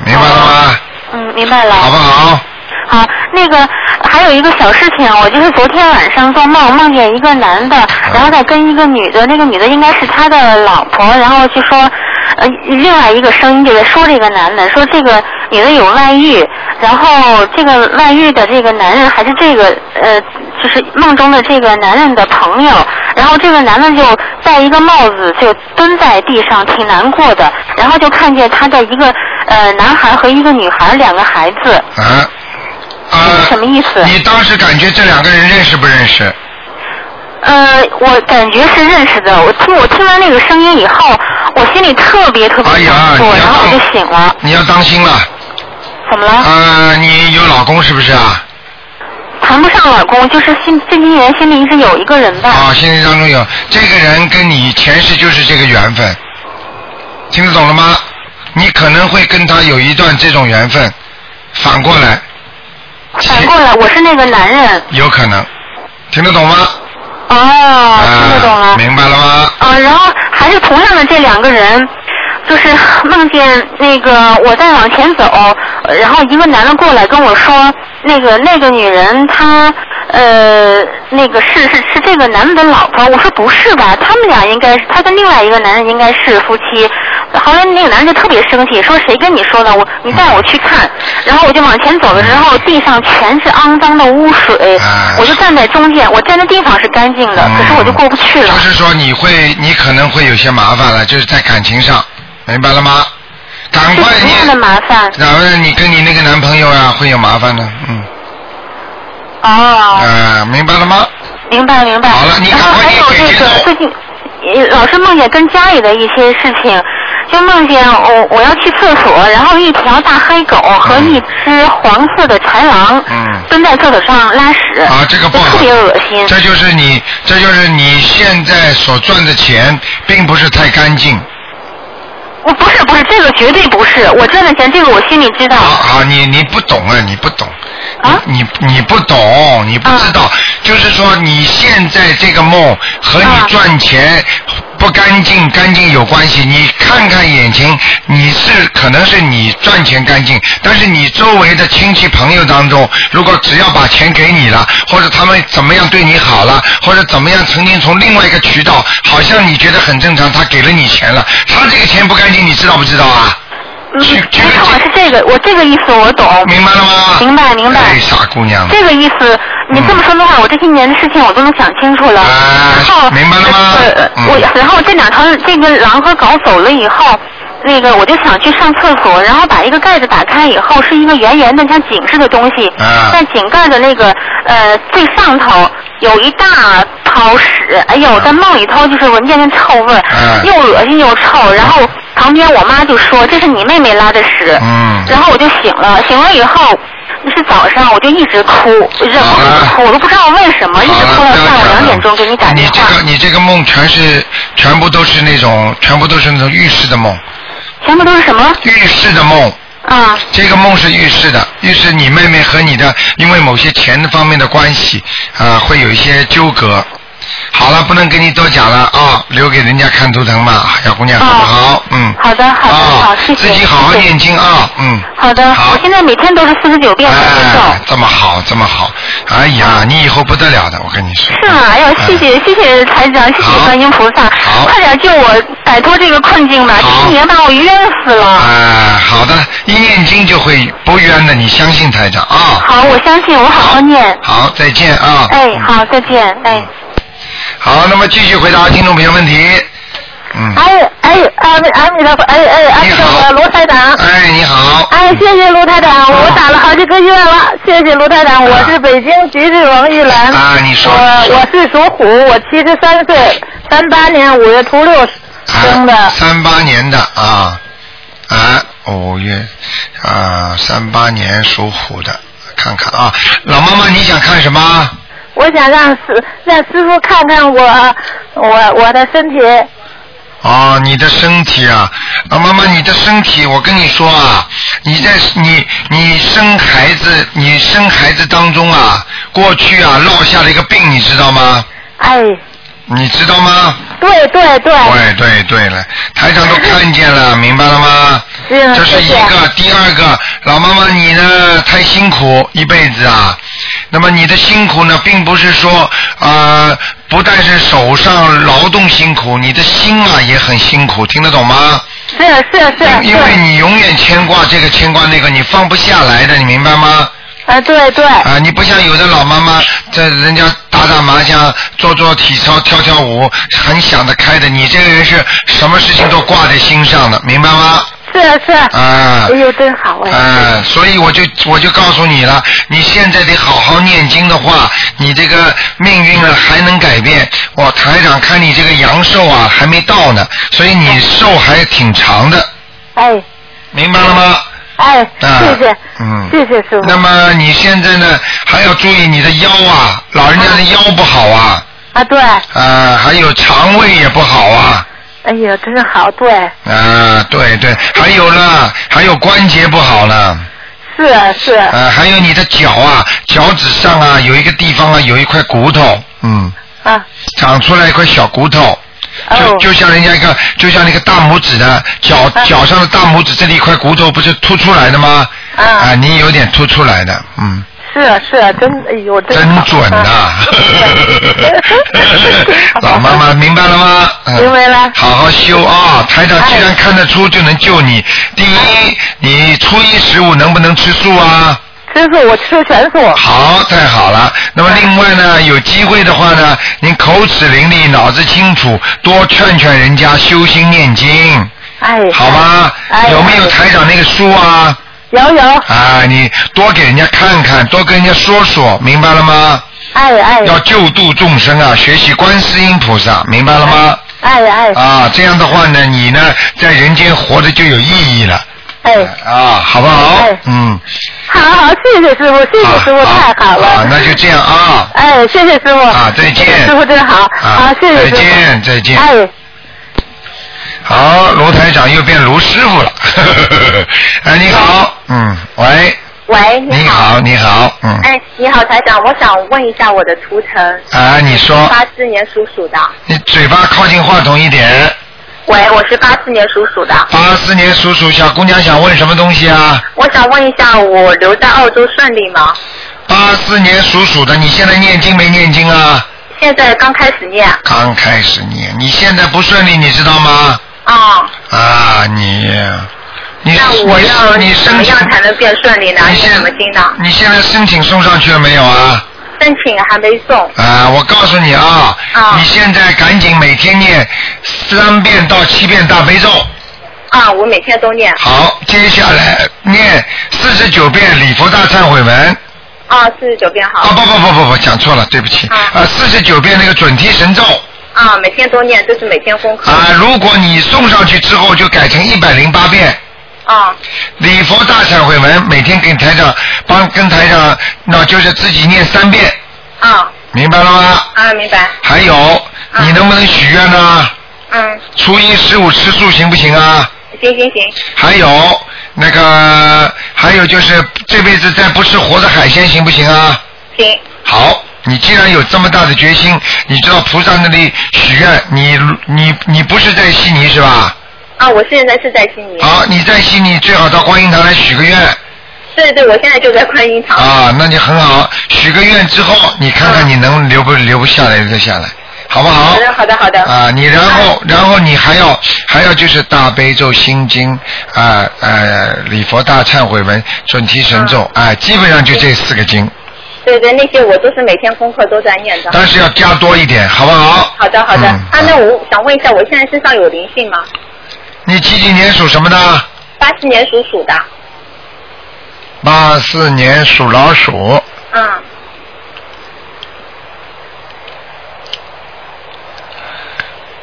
Speaker 1: 明白了吗？
Speaker 4: 嗯，明白了。
Speaker 1: 好不好？
Speaker 4: 好，那个还有一个小事情，我就是昨天晚上做梦，梦见一个男的，然后再跟一个女的，那个女的应该是他的老婆，然后就说，呃，另外一个声音就在说这个男的，说这个女的有外遇，然后这个外遇的这个男人还是这个呃，就是梦中的这个男人的朋友，然后这个男的就戴一个帽子，就蹲在地上，挺难过的，然后就看见他的一个呃男孩和一个女孩两个孩子。
Speaker 1: 啊啊
Speaker 4: 这是什么意思
Speaker 1: 你当时感觉这两个人认识不认识？
Speaker 4: 呃，我感觉是认识的。我听我听完那个声音以后，我心里特别特别
Speaker 1: 哎
Speaker 4: 难
Speaker 1: 呀，
Speaker 4: 过，
Speaker 1: 你
Speaker 4: 然后我
Speaker 1: 要
Speaker 4: 就醒了。
Speaker 1: 你要当心了。
Speaker 4: 怎么了？
Speaker 1: 呃，你有老公是不是啊？
Speaker 4: 谈不上老公，就是心这些年心里一直有一个人吧。
Speaker 1: 啊，现实当中有这个人跟你前世就是这个缘分，听得懂了吗？你可能会跟他有一段这种缘分，反过来
Speaker 4: 反过来，我是那个男人。
Speaker 1: 有可能，听得懂吗？
Speaker 4: 哦，听得懂了。
Speaker 1: 啊明白了吗？
Speaker 4: 啊，然后还是同样的这两个人，就是梦见那个我在往前走，呃然后一个男的过来跟我说，那个那个女人她呃那个是是是这个男的的老婆，我说不是吧，他们俩应该是他跟另外一个男人应该是夫妻，后来那个男人就特别生气，说谁跟你说的，我你带我去看，然后我就往前走的时候，地上全是肮脏的污水
Speaker 1: 啊，
Speaker 4: 我就站在中间，我站的地方是干净的，可是我就过不去了
Speaker 1: 嗯就。是说你会，你可能会有些麻烦了，就是在感情上，明白了吗？赶
Speaker 4: 是
Speaker 1: 快
Speaker 4: 什么样的
Speaker 1: 你，
Speaker 4: 麻烦？
Speaker 1: 然后你跟你那个男朋友啊会有麻烦的，嗯，
Speaker 4: 哦，
Speaker 1: 呃，明白了吗？
Speaker 4: 明白明白。
Speaker 1: 好了你
Speaker 4: 然
Speaker 1: 赶
Speaker 4: 后
Speaker 1: 快
Speaker 4: 还
Speaker 1: 念
Speaker 4: 有
Speaker 1: 给
Speaker 4: 这
Speaker 1: 别人
Speaker 4: 个最近，呃老是梦见跟家里的一些事情，就梦见我我要去厕所，然后一条大黑狗和
Speaker 1: 嗯
Speaker 4: 一只黄色的豺狼
Speaker 1: 嗯
Speaker 4: 蹲在厕所上拉屎，
Speaker 1: 啊，这个不
Speaker 4: 就
Speaker 1: 好，
Speaker 4: 特别恶心。
Speaker 1: 这就是你，这就是你现在所赚的钱，并不是太干净。
Speaker 4: 我不是不是，这个绝对不是，我赚的钱，这个我心里知道
Speaker 1: 好。好，你你不懂啊，你不懂。
Speaker 4: 啊
Speaker 1: 你你你不懂，你不知道，就是说你现在这个梦和你
Speaker 4: 啊
Speaker 1: 赚钱不干净干净有关系。你看看眼前，你是可能是你赚钱干净，但是你周围的亲戚朋友当中，如果只要把钱给你了，或者他们怎么样对你好了，或者怎么样曾经从另外一个渠道，好像你觉得很正常，他给了你钱了，他这个钱不干净，你知道不知道啊？
Speaker 4: 嗯，
Speaker 1: 去
Speaker 4: 没
Speaker 1: 去
Speaker 4: 错，是这个，我这个意思我懂。
Speaker 1: 明白了吗？
Speaker 4: 明白明白
Speaker 1: 哎，傻姑娘。
Speaker 4: 这个意思，你这么说的话，我这些年的事情我都能想清楚了。
Speaker 1: 嗯啊
Speaker 4: 然后，
Speaker 1: 明白了吗
Speaker 4: 呃，
Speaker 1: 嗯
Speaker 4: 我然后这两条这个狼和狗走了以后，那个我就想去上厕所，然后把一个盖子打开以后，是一个圆圆的像井似的东西，
Speaker 1: 啊
Speaker 4: 在井盖的那个呃最上头有一大泡屎，哎呦，在梦里头就是闻见那臭味儿，
Speaker 1: 啊
Speaker 4: 又恶心又臭，然后旁边我妈就说这是你妹妹拉的屎，
Speaker 1: 嗯
Speaker 4: 然后我就醒了，醒了以后是早上，我就一直哭，忍不住
Speaker 1: 好
Speaker 4: 哭，我都不知道为什么，一直
Speaker 1: 啊好
Speaker 4: 哭
Speaker 1: 了，
Speaker 4: 到
Speaker 1: 不要
Speaker 4: 下午
Speaker 1: 讲
Speaker 4: 两
Speaker 1: 了
Speaker 4: 点钟给你打电
Speaker 1: 这
Speaker 4: 话
Speaker 1: 个，你这个梦全是全部都是那种全部都是那种预示的梦，
Speaker 4: 全部都是什么
Speaker 1: 预示的梦。
Speaker 4: 啊？
Speaker 1: 这个梦是预示的，预示你妹妹和你的因为某些钱方面的关系啊、会有一些纠葛。好了，不能跟你多讲了啊、留给人家看图腾吧，小姑娘，
Speaker 4: 哦
Speaker 1: 好不好？嗯。
Speaker 4: 好的，好的，
Speaker 1: 啊、
Speaker 4: 好，谢谢，
Speaker 1: 自己好好
Speaker 4: 谢谢
Speaker 1: 念经啊、嗯。
Speaker 4: 好的，
Speaker 1: 好
Speaker 4: 我现在每天都是四十九遍在念咒。
Speaker 1: 哎，这么好，这么好，哎呀，你以后不得了的，我跟你说。
Speaker 4: 是吗？哎呦，谢谢、谢谢台长，谢
Speaker 1: 好
Speaker 4: 谢观音菩萨
Speaker 1: 好，
Speaker 4: 快点救我摆脱这个困境吧！
Speaker 1: 好
Speaker 4: 这一年把我冤死
Speaker 1: 哎。
Speaker 4: 了。
Speaker 1: 啊，好的，一念经就会不冤的，你相信台长啊。
Speaker 4: 好，我相信，我好好念。
Speaker 1: 好，再见啊。
Speaker 4: 哎，好，再见。哎，
Speaker 1: 好，那么继续回答听众朋友问题。嗯。
Speaker 5: 哎哎，阿弥阿弥陀佛，哎哎阿弥陀
Speaker 1: 你好
Speaker 5: 佛，卢台长。
Speaker 1: 哎，你好。
Speaker 5: 哎，谢谢卢台长，
Speaker 1: 嗯
Speaker 5: 我打了好几个月了，谢谢卢台长，我是北京徐志荣玉兰，
Speaker 1: 啊，你说。
Speaker 5: 我我是属虎，我七十三岁，三八年五月初六生的，
Speaker 1: 三八年的啊啊，五月啊，三八年属虎的，看看啊，老妈妈你想看什么？
Speaker 5: 我想让师让师傅看看我我我的身体，
Speaker 1: 哦，你的身体啊，啊，妈妈，你的身体，我跟你说啊，你在你你生孩子，你生孩子当中啊，过去啊落下了一个病，你知道吗？
Speaker 5: 哎，
Speaker 1: 你知道吗？
Speaker 5: 对对对，
Speaker 1: 对对对了，台长都看见了，明白了
Speaker 5: 嗯
Speaker 1: 吗？这是一
Speaker 5: 谢
Speaker 1: 个
Speaker 5: 谢，
Speaker 1: 第二个，老妈妈你呢太辛苦一辈子啊。那么你的辛苦呢，并不是说呃，不但是手上劳动辛苦，你的心啊也很辛苦，听得懂吗？
Speaker 5: 是啊是是，啊
Speaker 1: 因因为
Speaker 5: 对，
Speaker 1: 你永远牵挂这个牵挂那个，你放不下来的，你明白吗？
Speaker 5: 啊对对，
Speaker 1: 啊、你不像有的老妈妈，在人家打打麻将、做做体操、跳跳舞，很想得开的。你这个人是什么事情都挂在心上的，明白吗？
Speaker 5: 是是是。
Speaker 1: 啊
Speaker 5: 哎呦，真好哎。
Speaker 1: 啊，所以我就我就告诉你了，你现在得好好念经的话，你这个命运呢还能改变。我台长看你这个阳寿啊还没到呢，所以你寿还挺长的，
Speaker 5: 哎
Speaker 1: 明白了吗？
Speaker 5: 哎，
Speaker 1: 啊
Speaker 5: 谢谢，
Speaker 1: 嗯
Speaker 5: 谢谢师傅
Speaker 1: 那么你现在呢还要注意你的腰啊，老人家的腰不好啊，
Speaker 5: 啊，对，
Speaker 1: 啊，还有肠胃也不好啊。
Speaker 5: 哎呦，真是好，对，
Speaker 1: 啊，对对，还有呢，还有关节不好呢。
Speaker 5: 是啊是，
Speaker 1: *laughs* 呃，还有你的脚啊，脚趾上啊有一个地方啊有一块骨头，嗯，
Speaker 5: 啊，
Speaker 1: 长出来一块小骨头，就
Speaker 5: 哦，
Speaker 1: 就像人家一个，就像那个大拇指的脚
Speaker 5: 啊
Speaker 1: 脚上的大拇指这里一块骨头不是凸出来的吗？
Speaker 5: 啊
Speaker 1: 啊，你有点凸出来的，嗯，
Speaker 5: 是是，真，哎呦，
Speaker 1: 真
Speaker 5: 好
Speaker 1: 准呐、
Speaker 5: 啊 *laughs* 对
Speaker 1: *laughs* 老妈妈明白了吗？嗯
Speaker 5: 明白哎了
Speaker 1: 好好修啊、台长既然看得出，就能救你。第
Speaker 5: 哎
Speaker 1: 一，你初一十五能不能吃素啊？
Speaker 5: 吃素我吃全素，
Speaker 1: 好，太好了。那么另外呢，有机会的话呢，您口齿伶俐，脑子清楚，多劝劝人家修心念经，
Speaker 5: 哎，
Speaker 1: 好吗？
Speaker 5: 哎
Speaker 1: 有没有台长那个书啊？
Speaker 5: 有有，
Speaker 1: 啊，你多给人家看看，多跟人家说说，明白了吗？
Speaker 5: 哎哎，
Speaker 1: 要救度众生啊，学习观世音菩萨，明白了吗？
Speaker 5: 哎哎
Speaker 1: 啊，这样的话呢，你呢在人间活着就有意义了
Speaker 5: 哎，
Speaker 1: 啊，好不好
Speaker 5: 哎？
Speaker 1: 嗯，
Speaker 5: 好好，谢谢师傅，谢谢
Speaker 1: 啊
Speaker 5: 师傅，太好了，
Speaker 1: 啊，那就这样啊。
Speaker 5: 哎，谢谢师傅，
Speaker 1: 啊再见
Speaker 5: 师傅真好，
Speaker 1: 啊
Speaker 5: 好，谢谢师傅，
Speaker 1: 再见再见
Speaker 5: 哎，
Speaker 1: 好，卢台长又变卢师傅了。 *laughs* 哎，你好，嗯，喂，
Speaker 6: 喂，你
Speaker 1: 你好，你好，嗯，
Speaker 6: 哎，你好，台长，我想问一下我的图腾，
Speaker 1: 啊，你说，
Speaker 6: 八四年属鼠的。
Speaker 1: 你嘴巴靠近话筒一点。
Speaker 6: 喂，我是八四年属鼠的，
Speaker 1: 八四年属鼠小姑娘想问什么东西啊？
Speaker 6: 我想问一下，我留在澳洲顺利吗？
Speaker 1: 八四年属鼠的，你现在念经没念经啊？
Speaker 6: 现在刚开始念。
Speaker 1: 刚开始念，你现在不顺利，你知道吗？
Speaker 6: 啊、
Speaker 1: 啊，你，你
Speaker 6: 那我要
Speaker 1: 你
Speaker 6: 怎
Speaker 1: 申
Speaker 6: 么
Speaker 1: 请
Speaker 6: 样，才能变顺利呢？
Speaker 1: 你
Speaker 6: 念
Speaker 1: 现
Speaker 6: 什么经呢？
Speaker 1: 你现在申请送上去了没有啊？
Speaker 6: 申请还没送。
Speaker 1: 啊，我告诉你啊，
Speaker 6: 啊
Speaker 1: 你现在赶紧每天念三遍到七遍大悲咒，
Speaker 6: 啊，我每天都念。
Speaker 1: 好，接下来念四十九遍礼佛大忏悔文。
Speaker 6: 啊，四十九遍
Speaker 1: 啊，
Speaker 6: 好。
Speaker 1: 不不不不不，讲错了，对不起。
Speaker 6: 啊
Speaker 1: 啊，四十九遍那个准提神咒
Speaker 6: 啊，每天都念，这是每天功课。
Speaker 1: 啊，如果你送上去之后，就改成一百零八遍。
Speaker 6: 啊
Speaker 1: 礼佛大忏悔文每天给台长帮跟台长，那就是自己念三遍，
Speaker 6: 啊
Speaker 1: 明白了吗？
Speaker 6: 啊，明白。
Speaker 1: 还有，
Speaker 6: 啊
Speaker 1: 你能不能许愿呢、
Speaker 6: 嗯，
Speaker 1: 初一十五吃素行不行啊？
Speaker 6: 行行行。
Speaker 1: 还有那个，还有就是这辈子再不吃活的海鲜行不行啊？
Speaker 6: 行，
Speaker 1: 好，你既然有这么大的决心，你知道菩萨那里许愿，你你你不是在悉尼是吧？
Speaker 6: 啊，我现在是在悉尼。
Speaker 1: 好，你在悉尼最好到观音堂来许个愿
Speaker 6: 对对，我现在就在观音堂。
Speaker 1: 啊，那你很好。许个愿之后，你看看
Speaker 6: 嗯
Speaker 1: 你能留不留不下来留得下来，好不好
Speaker 6: 好？的，好的，好的。
Speaker 1: 啊，你然后然后你还要还要就是大悲咒心经啊呃礼佛大忏悔文准提神咒啊、
Speaker 6: 嗯
Speaker 1: 基本上就这四个经，
Speaker 6: 对对，那些我都是每天功课都在念的。
Speaker 1: 但是要加多一点，好不好？
Speaker 6: 好的，好的。
Speaker 1: 嗯
Speaker 6: 啊，那我想问一下，我现在身上有灵性吗？
Speaker 1: 你几几年属什么的？
Speaker 6: 八七年属鼠的。
Speaker 1: 八四年属老鼠，
Speaker 6: 嗯。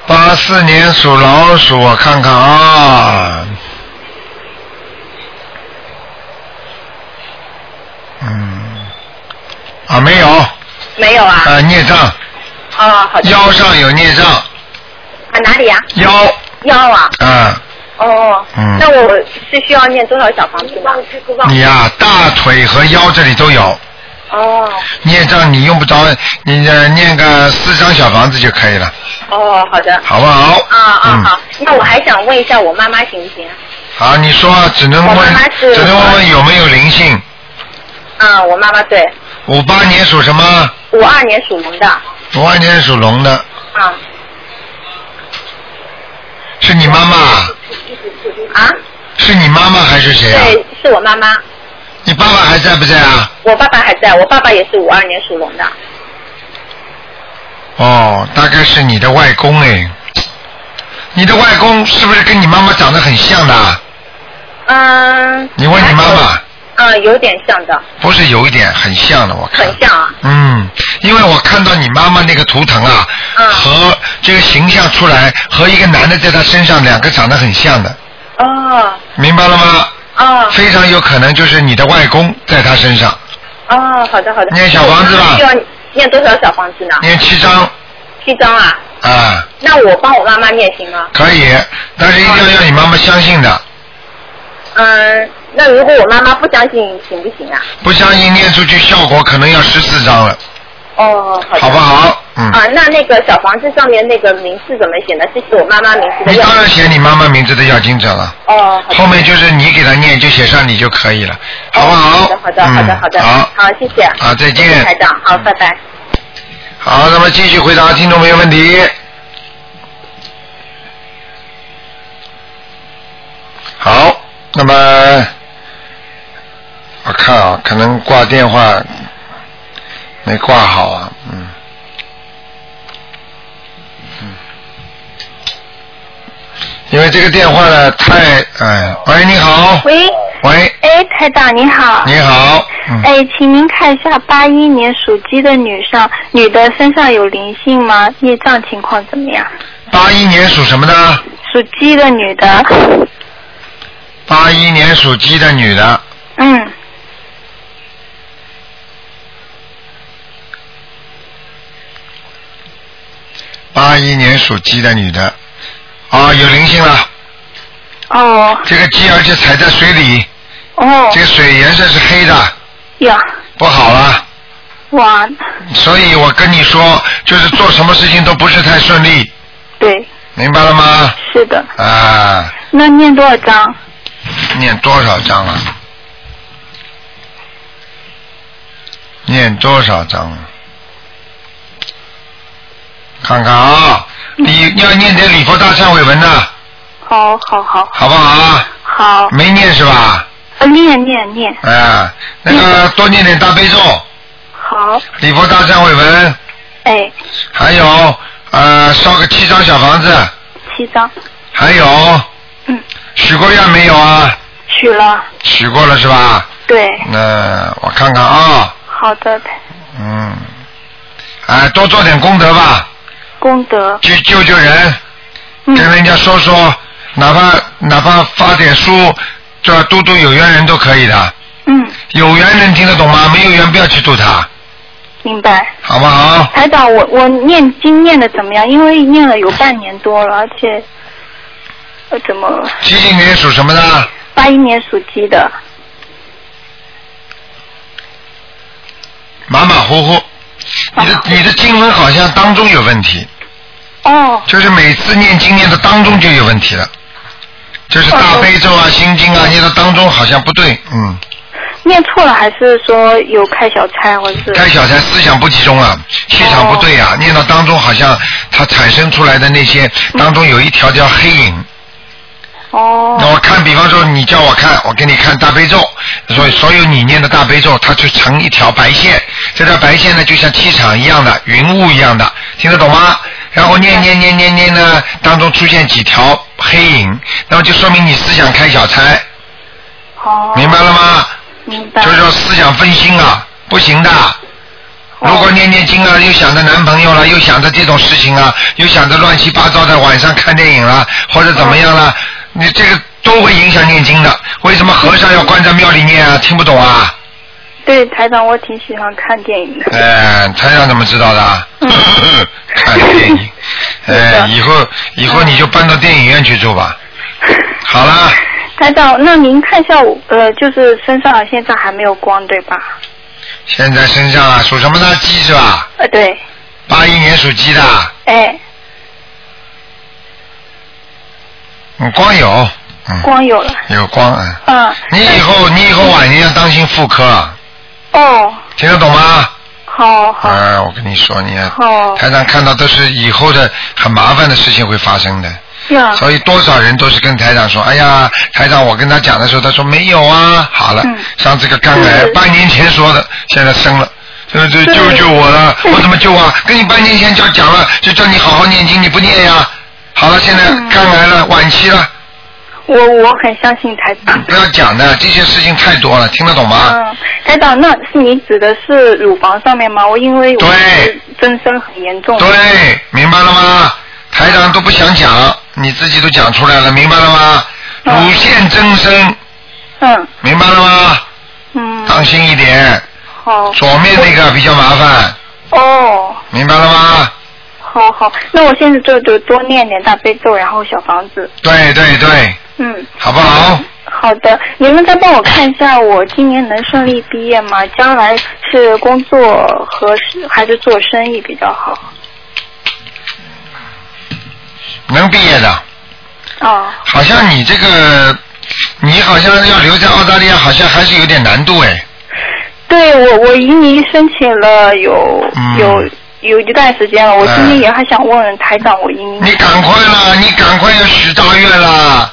Speaker 1: 八四年属老鼠，我看看啊。嗯，啊没有，
Speaker 6: 没有啊。
Speaker 1: 啊孽障，
Speaker 6: 哦，好的。
Speaker 1: 腰上有孽障，
Speaker 6: 啊，哪里呀、
Speaker 1: 腰，
Speaker 6: 腰啊。
Speaker 1: 啊，
Speaker 6: 哦。
Speaker 1: 嗯
Speaker 6: 那我是需要念多少小房子呢？
Speaker 1: 你呀、大腿和腰这里都有
Speaker 6: 哦
Speaker 1: 孽障，你用不着，你呃念个四张小房子就可以了，
Speaker 6: 哦，好的。
Speaker 1: 好不好？
Speaker 6: 啊啊
Speaker 1: 嗯
Speaker 6: 好，那我还想问一下我妈妈行不行？
Speaker 1: 好，你说啊只能
Speaker 6: 我
Speaker 1: 问
Speaker 6: 妈妈，是
Speaker 1: 只能问问有没有灵性。
Speaker 6: 嗯，我妈妈对，
Speaker 1: 五八年属什么？
Speaker 6: 五二年属龙的。
Speaker 1: 五二年属龙的，
Speaker 6: 啊
Speaker 1: 是你妈妈？
Speaker 6: 啊，
Speaker 1: 是你妈妈还是谁啊？
Speaker 6: 对，是我妈妈。
Speaker 1: 你爸爸还在不在啊？
Speaker 6: 我爸爸还在，我爸爸也是五二年属龙的。
Speaker 1: 哦，大概是你的外公哎。你的外公是不是跟你妈妈长得很像的啊？
Speaker 6: 嗯。
Speaker 1: 你问你妈妈，
Speaker 6: 嗯，有点像的，
Speaker 1: 不是有一点很像的，我看
Speaker 6: 很。像啊。
Speaker 1: 嗯，因为我看到你妈妈那个图腾啊，
Speaker 6: 嗯
Speaker 1: 和这个形象出来，和一个男的在她身上，两个长得很像的，
Speaker 6: 哦
Speaker 1: 明白了吗？
Speaker 6: 哦
Speaker 1: 非常有可能就是你的外公在她身上，
Speaker 6: 哦，好的好的。
Speaker 1: 念小房子吧
Speaker 6: 需要念多少小房子呢？
Speaker 1: 念七张
Speaker 6: 七张啊。
Speaker 1: 啊，
Speaker 6: 那我帮我妈妈念行吗？
Speaker 1: 可以，但是一定要让你妈妈相信的，
Speaker 6: 嗯，那如果我妈妈不相信行不行啊？
Speaker 1: 不相信念出去效果可能要十四张了，
Speaker 6: 哦，好的。
Speaker 1: 好不好？嗯，
Speaker 6: 啊，那那个小房子上面那个名字怎么写呢？是写我妈妈名字的
Speaker 1: 你
Speaker 6: 样
Speaker 1: 当
Speaker 6: 子。
Speaker 1: 然写你妈妈名字的要经者了。
Speaker 6: 哦，好的
Speaker 1: 后面就是你给他念，就写上你就可以了，好不好？
Speaker 6: 好的，好的，好的，
Speaker 1: 嗯
Speaker 6: 好的
Speaker 1: 好，，
Speaker 6: 好，谢谢。
Speaker 1: 好啊再见嗯
Speaker 6: 谢谢台长，好，拜拜。
Speaker 1: 好，那么继续回答听众朋友问题。好，那么我看啊，可能挂电话没挂好啊，嗯。嗯因为这个电话呢，太哎，喂，你好，
Speaker 5: 喂，
Speaker 1: 喂，
Speaker 5: 哎，台长您好。
Speaker 1: 你好，嗯，
Speaker 5: 哎，请您看一下八一年属鸡的女上女的身上有灵性吗？业障情况怎么样？
Speaker 1: 八一年属什么的？
Speaker 5: 属鸡的女的，
Speaker 1: 八一年属鸡的女的，
Speaker 5: 嗯，
Speaker 1: 八一年属鸡的女的，啊，有灵性了。
Speaker 5: 哦
Speaker 1: 这个鸡而且踩在水里，
Speaker 5: 哦
Speaker 1: 这个水颜色是黑的，
Speaker 5: 呀，
Speaker 1: 不好了。
Speaker 5: 哇，
Speaker 1: 所以我跟你说，就是做什么事情都不是太顺利，
Speaker 5: 对，
Speaker 1: 明白了吗？
Speaker 5: 是的，
Speaker 1: 啊，
Speaker 5: 那念多少章？
Speaker 1: 念多少章啊了？念多少章了？看看啊，你要念点礼佛大忏悔文呢，
Speaker 5: 好哦好好
Speaker 1: 好不好啊？
Speaker 5: 好，
Speaker 1: 没念是吧？
Speaker 5: 呃念念念，
Speaker 1: 啊，那个多念点大悲咒，
Speaker 5: 好，
Speaker 1: 礼佛大忏悔文，
Speaker 5: 哎，
Speaker 1: 还有呃烧个七张小房子，
Speaker 5: 七章，
Speaker 1: 还有
Speaker 5: 嗯，
Speaker 1: 许过愿没有啊？
Speaker 5: 取了，
Speaker 1: 许过了是吧？
Speaker 5: 对，
Speaker 1: 那我看看啊，
Speaker 5: 好的，台
Speaker 1: 嗯，哎，多做点功德吧，
Speaker 5: 功德，
Speaker 1: 去救救人，
Speaker 5: 嗯
Speaker 1: 跟，人家说说，哪怕哪怕发点书，这度度有缘人都可以的。
Speaker 5: 嗯，
Speaker 1: 有缘人听得懂吗？没有缘不要去度他，
Speaker 5: 明白。
Speaker 1: 好不好？
Speaker 5: 台长，我我念经念的怎么样？因为念了有半年多了，而且呃，怎么
Speaker 1: 七几年属什么的？
Speaker 5: 八一年属鸡的，
Speaker 1: 马马虎虎。你的你的经文好像当中有问题，
Speaker 5: 哦
Speaker 1: 就是每次念经念的当中就有问题了，就是大悲咒啊、心经啊，念到当中好像不对，嗯，
Speaker 5: 念错了还是说有开小差或者是？哦
Speaker 1: 该小才思想不集中啊，气场不对啊，念到当中好像它产生出来的那些当中有一条条黑影。
Speaker 5: 嗯哦
Speaker 1: 那我看，比方说你叫我看，我给你看大悲咒，所以
Speaker 5: 嗯
Speaker 1: 所有你念的大悲咒，它就成一条白线，这条白线呢就像气场一样的云雾一样的，听得懂吗？然后
Speaker 5: 嗯
Speaker 1: 念念念念念呢，当中出现几条黑影，那么就说明你思想开小差，
Speaker 5: 哦，
Speaker 1: 明白了吗？
Speaker 5: 明白。
Speaker 1: 就是说思想分心啊，不行的。
Speaker 5: 哦
Speaker 1: 如果念念经啊，又想着男朋友了，又想着这种事情啊，又想着乱七八糟的晚上看电影啦，或者怎么样
Speaker 5: 哦
Speaker 1: 啦，你这个都会影响念经的。为什么和尚要关在庙里念啊？听不懂啊？
Speaker 5: 对台长，我挺喜欢看电影的。
Speaker 1: 哎、台长怎么知道的啊？
Speaker 5: 嗯
Speaker 1: *laughs* 看电
Speaker 5: *laughs*
Speaker 1: 影，哎、
Speaker 5: 是的
Speaker 1: 以后以后你就搬到电影院去住吧。好了，
Speaker 5: *laughs* 台长，那您看一下我，呃，就是身上现在还没有光对吧？
Speaker 1: 现在身上啊属什么呢？鸡是吧？
Speaker 5: 呃，对，
Speaker 1: 八一年属鸡的啊，
Speaker 5: 哎，
Speaker 1: 嗯，光有，嗯，
Speaker 5: 光有了，
Speaker 1: 有光嗯。
Speaker 5: 嗯，
Speaker 1: 你以后你以后晚年要当心妇科啊，
Speaker 5: 哦，
Speaker 1: 听得懂吗？
Speaker 5: 好好，
Speaker 1: 啊，我跟你说，你看
Speaker 5: 哦
Speaker 1: 台上看到都是以后的很麻烦的事情会发生的，
Speaker 5: 呀，
Speaker 1: 所以多少人都是跟台长说，哎呀，台长，我跟他讲的时候，他说没有啊，好了
Speaker 5: 嗯，
Speaker 1: 上次个肝癌
Speaker 5: 是
Speaker 1: *laughs* 半年前说的，现在生了。对对，救救我了！我怎么救啊？跟你半年前就讲了，就叫你好好念经，你不念呀。好了，现在
Speaker 5: 嗯
Speaker 1: 肝癌了，晚期了，
Speaker 5: 我我很相信台长。
Speaker 1: 不要讲的，这些事情太多了，听得懂吗？
Speaker 5: 嗯，台长，那是你指的是乳房上面吗？我因为我
Speaker 1: 对
Speaker 5: 是增生很严重。
Speaker 1: 对，明白了吗？台长都不想讲，你自己都讲出来了，明白了吗？
Speaker 5: 嗯
Speaker 1: 乳腺增生，
Speaker 5: 嗯
Speaker 1: 明白了吗？
Speaker 5: 嗯，
Speaker 1: 当心一点，
Speaker 5: 好
Speaker 1: 左面那个比较麻烦，
Speaker 5: 哦，
Speaker 1: 明白了吗？
Speaker 5: 好好，那我现在就就多念点大悲咒，然后小房子。
Speaker 1: 对对对，
Speaker 5: 嗯，
Speaker 1: 好不好？
Speaker 5: 好的，你们再帮我看一下，我今年能顺利毕业吗？将来是工作
Speaker 1: 嗯
Speaker 5: 合适还是做生意比较好？
Speaker 1: 能毕业的，
Speaker 5: 哦，
Speaker 1: 好像你这个，你好像要留在澳大利亚，好像还是有点难度哎。
Speaker 5: 对我我移民申请了有、
Speaker 1: 嗯
Speaker 5: 有有一段时间了，我今
Speaker 1: 嗯
Speaker 5: 天也还想问台长，我移民
Speaker 1: 你赶快啦，你赶快要许大愿啦！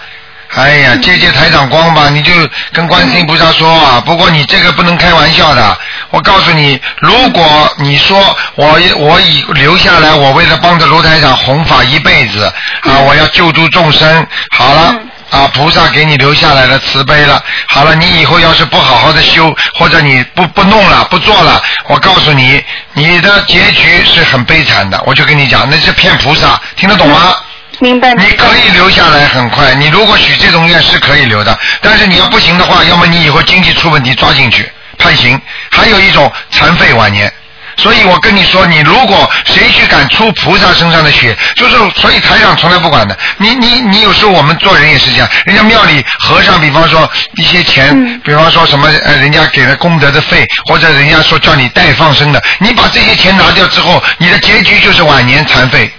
Speaker 1: 哎呀，借借台长光吧，你就跟观世音菩萨说啊。不过你这个不能开玩笑的，我告诉你，如果你说我我以留下来，我为了帮着卢台长弘法一辈子啊，我要救度众生，好了。啊，菩萨给你留下来了慈悲了。好了，你以后要是不好好的修，或者你不不弄了、不做了，我告诉你，你的结局是很悲惨的。我就跟你讲，那是骗菩萨，听得懂吗？
Speaker 5: 明白吗
Speaker 1: 你？可以留下来，很快。你如果许这种愿是可以留的，但是你要不行的话，要么你以后经济出问题抓进去判刑，还有一种残废晚年。所以我跟你说，你如果谁去敢出菩萨身上的血，就是所以台长从来不管的。你你你有时候我们做人也是这样，人家庙里和尚，比方说一些钱，
Speaker 5: 嗯
Speaker 1: 比方说什么呃，人家给了功德的费，或者人家说叫你代放生的，你把这些钱拿掉之后，你的结局就是晚年残废，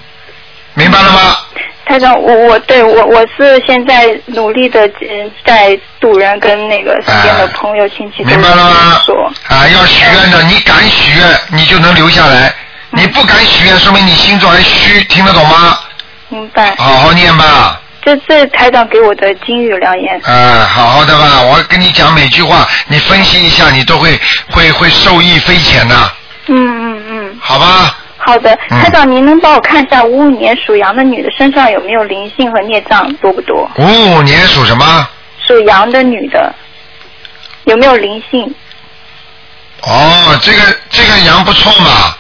Speaker 1: 明白了吗？
Speaker 5: 台长，我我对我我是现在努力的，嗯，在度人跟那个身边的朋友亲戚都
Speaker 1: 哎明白了吗
Speaker 5: 说，？
Speaker 1: 啊，要许愿的，你敢许愿，你就能留下来；你不敢许愿，说明你心中还虚，听得懂吗？
Speaker 5: 明白。
Speaker 1: 好好念吧，
Speaker 5: 这这台长给我的金玉良言，
Speaker 1: 啊，好好的吧。我跟你讲每句话，你分析一下，你都会会会受益匪浅的，
Speaker 5: 嗯嗯嗯，
Speaker 1: 好吧？
Speaker 5: 好的，
Speaker 1: 嗯
Speaker 5: 台长，您能帮我看一下五五年属羊的女的身上有没有灵性和孽障多不多？
Speaker 1: 五五年属什么？
Speaker 5: 属羊的女的有没有灵性？
Speaker 1: 哦，这个这个羊不错嘛，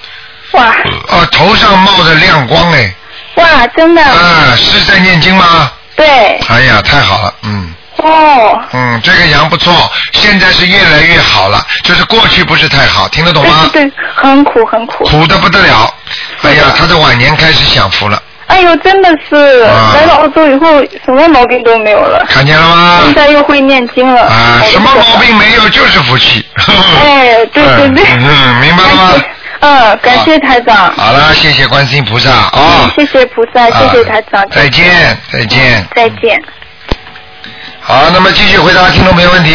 Speaker 5: 哇
Speaker 1: 哦，头上冒着亮光哎，
Speaker 5: 哇，真
Speaker 2: 嗯
Speaker 5: 的，
Speaker 1: 啊，是在念经吗？
Speaker 5: 对，
Speaker 1: 哎呀，太好了，嗯。
Speaker 5: 哦，
Speaker 1: 嗯，这个羊不错，现在是越来越好了，就是过去不是太好，听得懂
Speaker 5: 对
Speaker 1: 吗？
Speaker 5: 对对，很苦很苦，
Speaker 1: 苦的不得了，哎呀，他的晚年开始享福了，
Speaker 5: 哎呦，真的是
Speaker 1: 啊
Speaker 5: 来了澳洲以后，什么毛病都没有了。
Speaker 1: 看见了
Speaker 5: 现
Speaker 1: 吗？
Speaker 5: 在又会念经了。
Speaker 1: 嗯啊
Speaker 5: 我，就
Speaker 1: 什么
Speaker 5: 觉得
Speaker 1: 毛？病没有，就是福气。 *laughs*
Speaker 5: 哎，对对对。
Speaker 1: 嗯嗯，明白了吗？
Speaker 5: 嗯，感谢台长。
Speaker 1: 好了，谢谢观世音菩萨啊
Speaker 5: 嗯，谢谢菩萨，谢谢台长
Speaker 1: 啊。再见，再见。
Speaker 5: 再见。
Speaker 1: 好，那么继续回答听众朋友问题。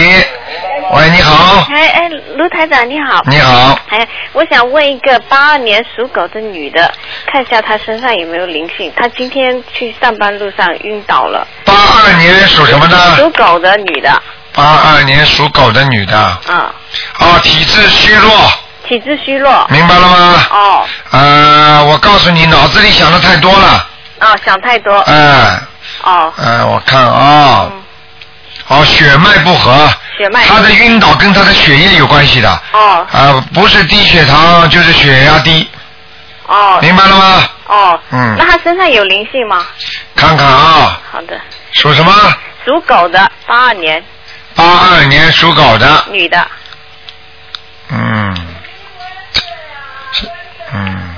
Speaker 1: 喂，你好，
Speaker 6: 哎哎，卢台长你好。
Speaker 1: 你好，
Speaker 6: 哎，我想问一个八二年属狗的女的，看一下她身上有没有灵性。她今天去上班路上晕倒了。
Speaker 1: 八二年属什么
Speaker 6: 属
Speaker 1: 的？
Speaker 6: 狗的女的，
Speaker 1: 八二年属狗的女的，
Speaker 6: 嗯，
Speaker 1: 啊，体质虚弱。
Speaker 6: 体质虚弱。
Speaker 1: 明白了吗？
Speaker 6: 哦，
Speaker 1: 呃，我告诉你，脑子里想的太多了。
Speaker 6: 啊，想太多。
Speaker 1: 哎、
Speaker 6: 哦，
Speaker 1: 哎、我看啊、
Speaker 6: 嗯
Speaker 1: 哦，血脉不和，
Speaker 6: 血脉。
Speaker 1: 他的晕倒跟他的血液有关系的。啊、
Speaker 6: 哦
Speaker 1: 不是低血糖就是血压低，
Speaker 6: 哦
Speaker 1: 明白了吗？
Speaker 6: 哦。
Speaker 1: 嗯
Speaker 6: 那她身上有灵性吗？
Speaker 1: 看看啊，
Speaker 6: 好的，
Speaker 1: 属什么？
Speaker 6: 属狗的，八二年
Speaker 1: 八二年属狗的，
Speaker 6: 女的。
Speaker 1: 嗯，是嗯，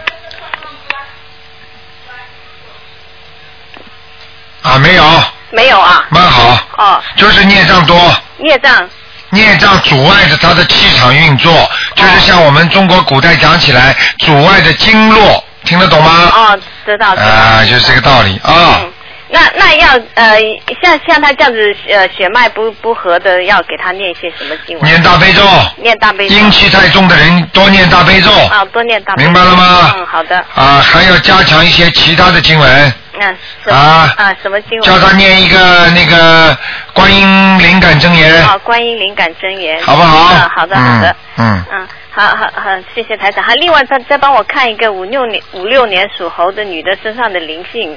Speaker 1: 啊，没有，
Speaker 6: 没有啊。
Speaker 1: 蛮好。
Speaker 6: 哦，
Speaker 1: 就是孽障多，
Speaker 6: 孽障。
Speaker 1: 孽障阻碍着他的气场运作，就是像我们中国古代讲起来，阻碍着经络，听得懂吗？
Speaker 6: 哦，知道。
Speaker 1: 啊、
Speaker 6: 知道
Speaker 1: 就是这个道理啊
Speaker 6: 嗯。，那那要呃，像像他这样子呃血脉不不和的，要给他念一些什么经文？
Speaker 1: 念大悲咒，
Speaker 6: 念大悲咒
Speaker 1: 阴气太重的人多念大悲咒
Speaker 6: 啊，多念大悲咒。
Speaker 1: 明白了吗
Speaker 6: 嗯，好的。
Speaker 1: 啊，还要加强一些其他的经文，
Speaker 6: 那什么
Speaker 1: 啊
Speaker 6: 啊，什么经文？
Speaker 1: 叫他念一个那个观音灵感真言，
Speaker 6: 啊，观音灵感真言。
Speaker 1: 好不好？
Speaker 6: 嗯，好的，好的。
Speaker 1: 嗯，
Speaker 6: 嗯，好好好，谢谢台长。还另外再再帮我看一个五六年五六年属猴的女的身上的灵性，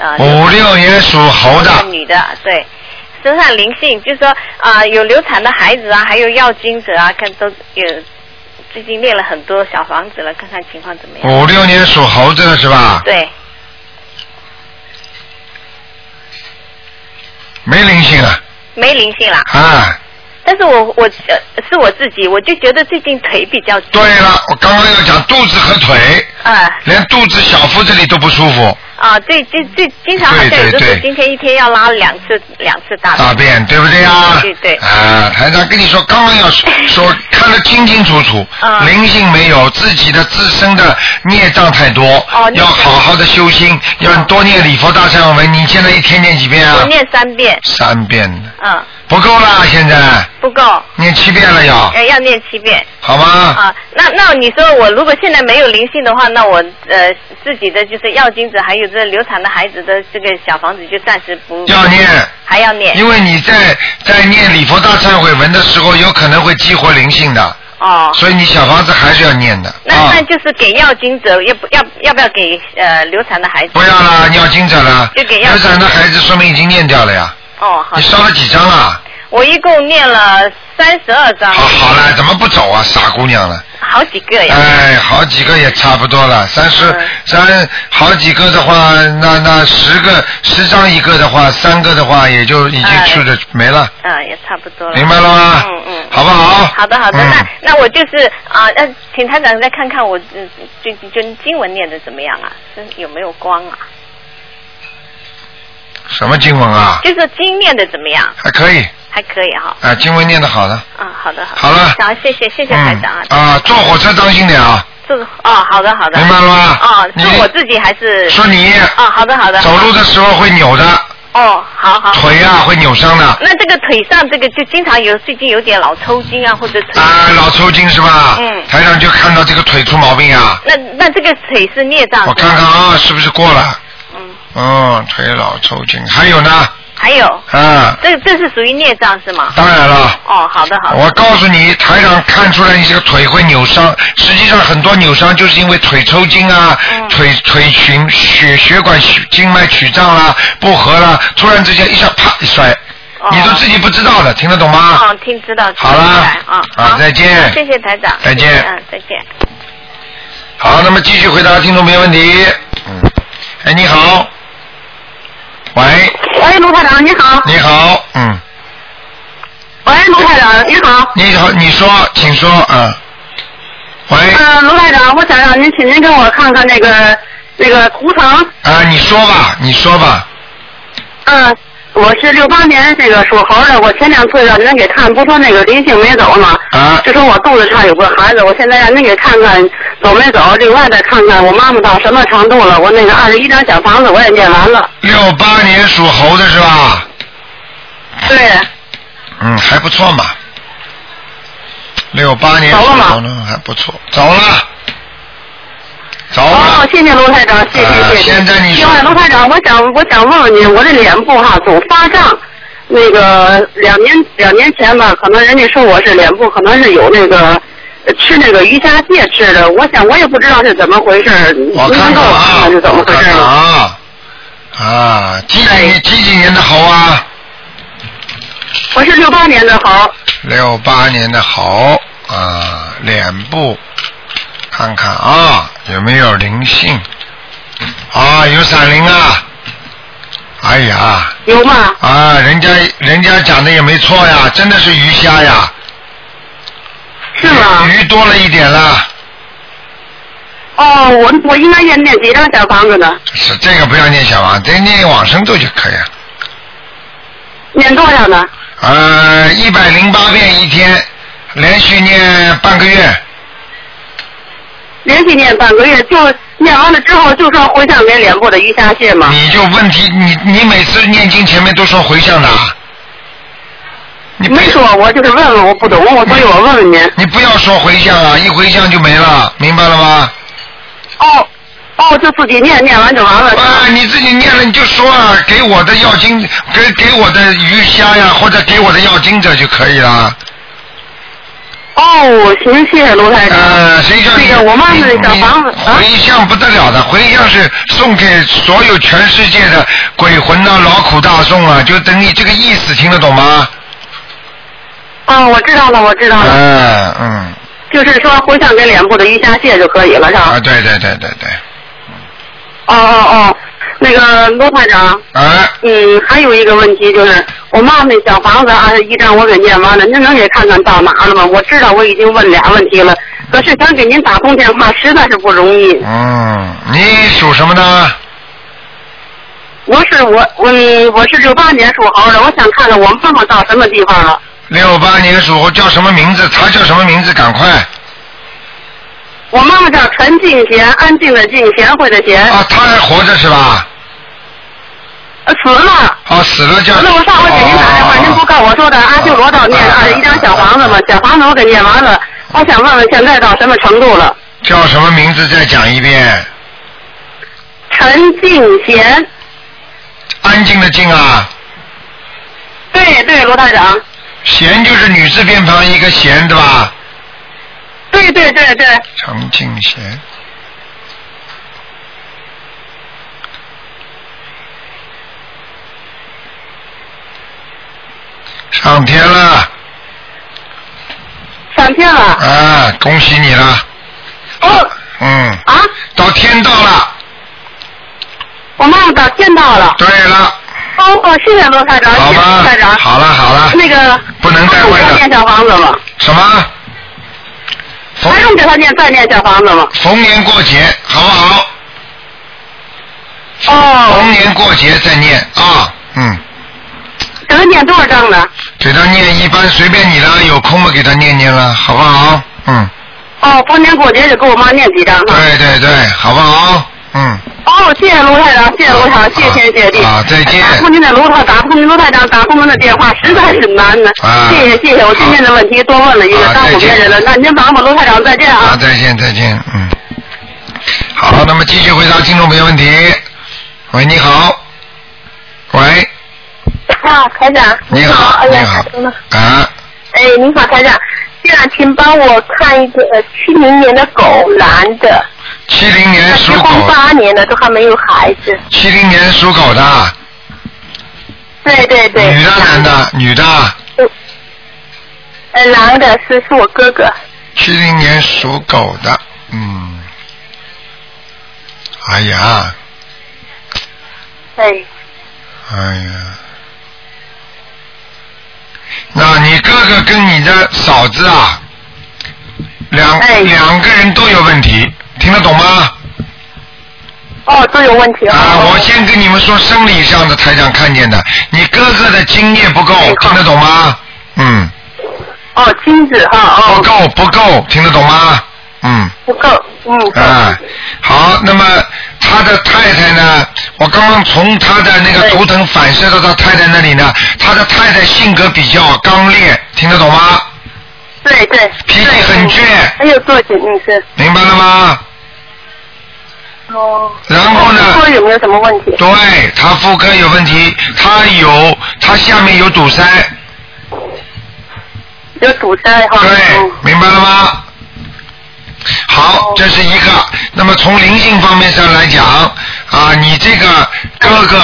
Speaker 6: 啊、
Speaker 1: 嗯，五六年属猴的，
Speaker 6: 女的，对，身上灵性，就是说啊、有流产的孩子啊，还有药精者啊，看都有。最近练了很多小房子了，看看情况怎么样。
Speaker 1: 五六年属猴子的是吧？
Speaker 6: 对，
Speaker 1: 没灵性啊
Speaker 6: 没灵性啦。
Speaker 1: 啊！
Speaker 6: 但是我我呃是我自己，我就觉得最近腿比较紧。
Speaker 1: 对了，我刚刚要讲肚子和腿，
Speaker 6: 啊
Speaker 1: 连肚子小腹这里都不舒服，
Speaker 6: 啊，对，这这经常好像
Speaker 1: 对对
Speaker 6: 有的时候
Speaker 1: 对
Speaker 6: 今天一天要拉两次两次大
Speaker 1: 大便对不对呀？
Speaker 6: 对对对
Speaker 1: 啊，台长跟你说，刚刚要说说看得清清楚楚，
Speaker 6: 啊
Speaker 1: 灵性没有，自己的自身的孽障太多，
Speaker 6: 哦孽障
Speaker 1: 要好好的修心，要多念礼佛大忏悔文。你现在一天念几遍
Speaker 6: 我
Speaker 1: 啊？
Speaker 6: 念三遍，
Speaker 1: 三遍，
Speaker 6: 嗯，
Speaker 1: 不够啦，现在
Speaker 6: 不够，
Speaker 1: 念七遍了要，
Speaker 6: 呃，要念七遍
Speaker 1: 好吗？
Speaker 6: 啊。那那你说我如果现在没有灵性的话，那我呃自己的就是药精子，还有这流产的孩子的这个小房子就暂时不
Speaker 1: 要念，
Speaker 6: 还要念
Speaker 1: 因为你在在念礼佛大忏悔文的时候，有可能会激活灵性的，
Speaker 6: 哦。
Speaker 1: 所以你小房子还是要念的
Speaker 6: 那
Speaker 1: 啊
Speaker 6: 那。就是给药精者，要不要要不要给呃流产的孩子？
Speaker 1: 不要啦，尿精者啦，
Speaker 6: 就给药
Speaker 1: 流产的孩子说明已经念掉了呀。
Speaker 6: 哦，好
Speaker 1: 你，烧了几张了？
Speaker 6: 我一共念了三十二章，
Speaker 1: 好好了，怎么不走啊，傻姑娘了。
Speaker 6: 好几个呀。
Speaker 1: 哎，好几个也差不多了，三十
Speaker 6: 嗯
Speaker 1: 三好几个的话，那那十个十张一个的话，三个的话也就已经
Speaker 6: 哎
Speaker 1: 去的没了，
Speaker 6: 嗯，也差不多了。
Speaker 1: 明白了吗？
Speaker 6: 嗯嗯
Speaker 1: 好不好？
Speaker 6: 好的好的，
Speaker 1: 嗯
Speaker 6: 那那我就是啊，那、请台长再看看我嗯，最近就经文念的怎么样啊？是有没有光啊？
Speaker 1: 什么经文啊？
Speaker 6: 就是经念的怎么样？
Speaker 1: 还可以
Speaker 6: 还可以哈、
Speaker 1: 啊，经文念的好的。
Speaker 6: 嗯，好的
Speaker 1: 好
Speaker 6: 好的。
Speaker 1: 了
Speaker 6: 好，谢谢谢谢台
Speaker 1: 嗯
Speaker 6: 长啊。
Speaker 1: 啊，坐火车当心点啊，
Speaker 6: 这个哦，好的好的。
Speaker 1: 明白了吗？
Speaker 6: 哦，
Speaker 1: 你
Speaker 6: 是我自己还是？
Speaker 1: 说你
Speaker 6: 哦，好的好的。
Speaker 1: 走路的时候会扭的，
Speaker 6: 哦，好好。
Speaker 1: 腿呀、会扭伤的。
Speaker 6: 那这个腿上这个就经常有，最近有点老抽筋啊，或者腿。
Speaker 1: 啊，老抽筋是吧？
Speaker 6: 嗯
Speaker 1: 台长就看到这个腿出毛病啊，
Speaker 6: 那那这个腿是孽障。
Speaker 1: 我看看。啊，是不是过了？
Speaker 6: 嗯，
Speaker 1: 嗯，腿老抽筋，还有呢？
Speaker 6: 还有，
Speaker 1: 啊，
Speaker 6: 这这是属于孽障是吗？
Speaker 1: 当然了。
Speaker 6: 哦，好的好的。
Speaker 1: 我告诉你，台长看出来你这个腿会扭伤，实际上很多扭伤就是因为腿抽筋啊，
Speaker 6: 嗯
Speaker 1: 腿腿群血血管血经脉曲张啦、不和啦，突然之间一下啪一摔，
Speaker 6: 哦
Speaker 1: 你都自己不知道的，听得懂吗？
Speaker 6: 哦，听知道，
Speaker 1: 好
Speaker 6: 明
Speaker 1: 啦
Speaker 6: 白啊，
Speaker 1: 啊
Speaker 6: 好
Speaker 1: 再见
Speaker 6: 谢谢台长，
Speaker 1: 再见
Speaker 6: 谢谢嗯，再见。
Speaker 1: 好，那么继续回答听众没问题。嗯，哎，你好，喂，
Speaker 3: 喂，卢台长你好。
Speaker 1: 你好，嗯，
Speaker 3: 喂，卢台长你好。
Speaker 1: 你好，你说，请说，嗯，喂，
Speaker 3: 呃，卢台长，我想让您，请您给我看看那个那个图腾。
Speaker 1: 啊，你说吧，你说吧，
Speaker 3: 嗯，我是六八年这个属猴的，我前两次让您给看，不说那个灵性没走嘛，
Speaker 1: 啊
Speaker 3: 就说我肚子上有个孩子，我现在让您给看看走没走，另外再看看我妈妈到什么程度了。我那个二十一张小房子我也念完了，
Speaker 1: 六八年属猴的是吧？
Speaker 3: 对，
Speaker 1: 嗯，还不错嘛。六八年属
Speaker 3: 走了吗
Speaker 1: 猴呢，还不错，走了，走了
Speaker 3: 哦，，谢谢卢台长，谢
Speaker 1: 啊
Speaker 3: 谢谢谢。
Speaker 1: 现在你说
Speaker 3: 另外，卢台长，我想我想问问您，我这脸部哈总发胀，那个两年两年前吧，可能人家说我是脸部可能是有那个。呃吃那个鱼虾蟹吃的，我想我也不知道是怎么回事儿，您
Speaker 1: 我
Speaker 3: 能
Speaker 1: 看
Speaker 3: 给
Speaker 1: 看
Speaker 3: 我看
Speaker 1: 啊，
Speaker 3: 看是怎么
Speaker 1: 我
Speaker 3: 回
Speaker 1: 看
Speaker 3: 事哎
Speaker 1: 看
Speaker 3: 吗？
Speaker 1: 啊，啊，几几年几几年的猴啊？
Speaker 3: 我是六八年的猴，
Speaker 1: 六八年的猴啊，脸部看看啊，有没有灵性？啊，有闪灵啊！哎呀，
Speaker 3: 有吗？
Speaker 1: 啊，人家人家讲的也没错呀，真的是鱼虾呀，
Speaker 3: 是吗？
Speaker 1: 鱼多了一点了。
Speaker 3: 哦，我我应该念念几张小房子呢？
Speaker 1: 是这个不要念小王，这念往生咒就可以了。
Speaker 3: 念多少呢？
Speaker 1: 呃，一百零八遍一天，连续念半个月。
Speaker 3: 连续念半个月，就念完了之后就说回向给脸部的鱼虾蟹嘛。
Speaker 1: 你就问题，你你每次念经前面都说回向的啊，你不
Speaker 3: *laughs* 没说，我就是问问，我不懂，我所以我问问您。
Speaker 1: 你不要说回向啊，一回向就没了，明白了吗？
Speaker 3: 哦，哦，就自己念，念完就完了。
Speaker 1: 啊，你自己念了你就说啊，给我的药精，给给我的鱼虾呀，或者给我的药精者就可以了。
Speaker 3: 哦，行，谢谢卢台长。
Speaker 1: 呃，谁叫你？
Speaker 3: 这个我妈是小房子
Speaker 1: 你
Speaker 3: 啊
Speaker 1: 回，向不得了的，回向是送给所有全世界的鬼魂呐、劳苦大众啊，就等于这个意思，听得懂吗？
Speaker 3: 啊，我知道了，我知道了，
Speaker 1: 嗯嗯
Speaker 3: 就是说回向给脸部的鱼虾蟹就可以了，是吧？
Speaker 1: 啊，对对对对对，
Speaker 3: 哦哦哦，那个卢台长，
Speaker 1: 啊，
Speaker 3: 嗯，还有一个问题就是，我妈那小房子二十一张我给念完了，您能给看看到哪儿了吗？我知道我已经问俩问题了，可是想给您打通电话实在是不容易。
Speaker 1: 嗯，你属什么呢？
Speaker 3: 我是我我嗯我是六八年属猴的，我想看看我妈妈到什么地方了。
Speaker 1: 六八年属猴，叫什么名字？他叫什么名字？赶快！
Speaker 3: 我妈妈叫陈静贤，安静的静，贤惠的贤，
Speaker 1: 啊，他还活着是吧？
Speaker 3: 呃死了。
Speaker 1: 哦，死了叫。哦
Speaker 3: 那我上回给您打电话，您不告我说的阿修罗道念
Speaker 1: 啊
Speaker 3: 二十一张小房子吗？小房子我给念完了，我想问问现在到什么程度了？
Speaker 1: 叫什么名字？再讲一遍。
Speaker 3: 陈静贤，
Speaker 1: 安静的静啊，
Speaker 3: 对对，罗台长，
Speaker 1: 贤就是女字边旁一个贤，对吧？
Speaker 3: 对对对对，
Speaker 1: 陈静贤。上天了
Speaker 3: 上天了。
Speaker 1: 啊！恭喜你了，
Speaker 3: 哦
Speaker 1: 嗯，
Speaker 3: 啊，
Speaker 1: 到天道了。
Speaker 3: 我妈妈到天道了。
Speaker 1: 对了，
Speaker 3: 哦哦，谢谢罗台长，
Speaker 1: 好
Speaker 3: 谢谢
Speaker 1: 吧
Speaker 3: 罗台长。，
Speaker 1: 好了好了，
Speaker 3: 那个
Speaker 1: 不能再
Speaker 3: 还用
Speaker 1: 问了
Speaker 3: 给他念。小房子吗？
Speaker 1: 什么？逢
Speaker 3: 还用给他念再念小房子吗？
Speaker 1: 逢年过节，好不好？逢
Speaker 3: 哦，
Speaker 1: 年过节再念啊，嗯，
Speaker 3: 给他念多少张呢？
Speaker 1: 给他念一般随便你了，有空嘛给他念念了，好不好？嗯，
Speaker 3: 哦，逢年过节就给我妈念几张哈。
Speaker 1: 对对对，好不好？嗯，
Speaker 3: 哦，谢谢卢台长，谢谢卢台长，谢天谢地。
Speaker 1: 啊再见
Speaker 3: 打通您的卢台，打通您卢台长，打通您的电话实在是难呢。
Speaker 1: 啊
Speaker 3: 谢谢谢谢，我今天的问题多问了一个
Speaker 1: 啊，
Speaker 3: 耽误别人了。
Speaker 1: 再见
Speaker 3: 那您忙吧，卢台长，再见
Speaker 1: 好，
Speaker 3: 啊。
Speaker 1: 再见再见，嗯。好，那么继续回答听众朋友问题。喂，你好。喂，
Speaker 5: 啊，台长。
Speaker 1: 你
Speaker 3: 哎
Speaker 1: 好，你好。啊，
Speaker 5: 哎，您好，台长。这样，请帮我看一个呃七零年的狗，男的，
Speaker 1: 七零
Speaker 5: 啊
Speaker 1: 年属哎狗，
Speaker 5: 年了，都还没有孩子。
Speaker 1: 七零年属狗的，
Speaker 5: 对对
Speaker 1: 女的男的，女的，
Speaker 5: 呃，男的是是我哥哥。
Speaker 1: 七零年属狗的，嗯，哎呀，
Speaker 5: 哎，
Speaker 1: 哎呀，那你哥哥跟你的嫂子啊，两、
Speaker 5: 哎
Speaker 1: 两个人都有问题，听得懂吗？
Speaker 5: 哦，都有问题
Speaker 1: 啊，我先跟你们说生理上的台长看见的，你哥哥的精液不够，听得懂吗？嗯，
Speaker 5: 哦，金子哈，哦
Speaker 1: 不够不够，听得懂吗？嗯。
Speaker 5: 不够，嗯，
Speaker 1: 啊，好，那么他的太太呢？我刚刚从他的那个图腾反射到他太太那里呢，他的太太性格比较刚烈，听得懂吗？
Speaker 5: 对对，
Speaker 1: 脾气很倔，
Speaker 5: 还有坐紧，嗯是，
Speaker 1: 明白了吗？
Speaker 5: 哦，
Speaker 1: 然后呢？
Speaker 5: 说有没有什么问题？
Speaker 1: 对他妇科有问题，他有他下面有堵塞，
Speaker 5: 有堵塞哈，
Speaker 1: 对
Speaker 5: 嗯，
Speaker 1: 明白了吗？
Speaker 5: 哦
Speaker 1: 好，这是一个。那么从灵性方面上来讲，啊，你这个哥哥，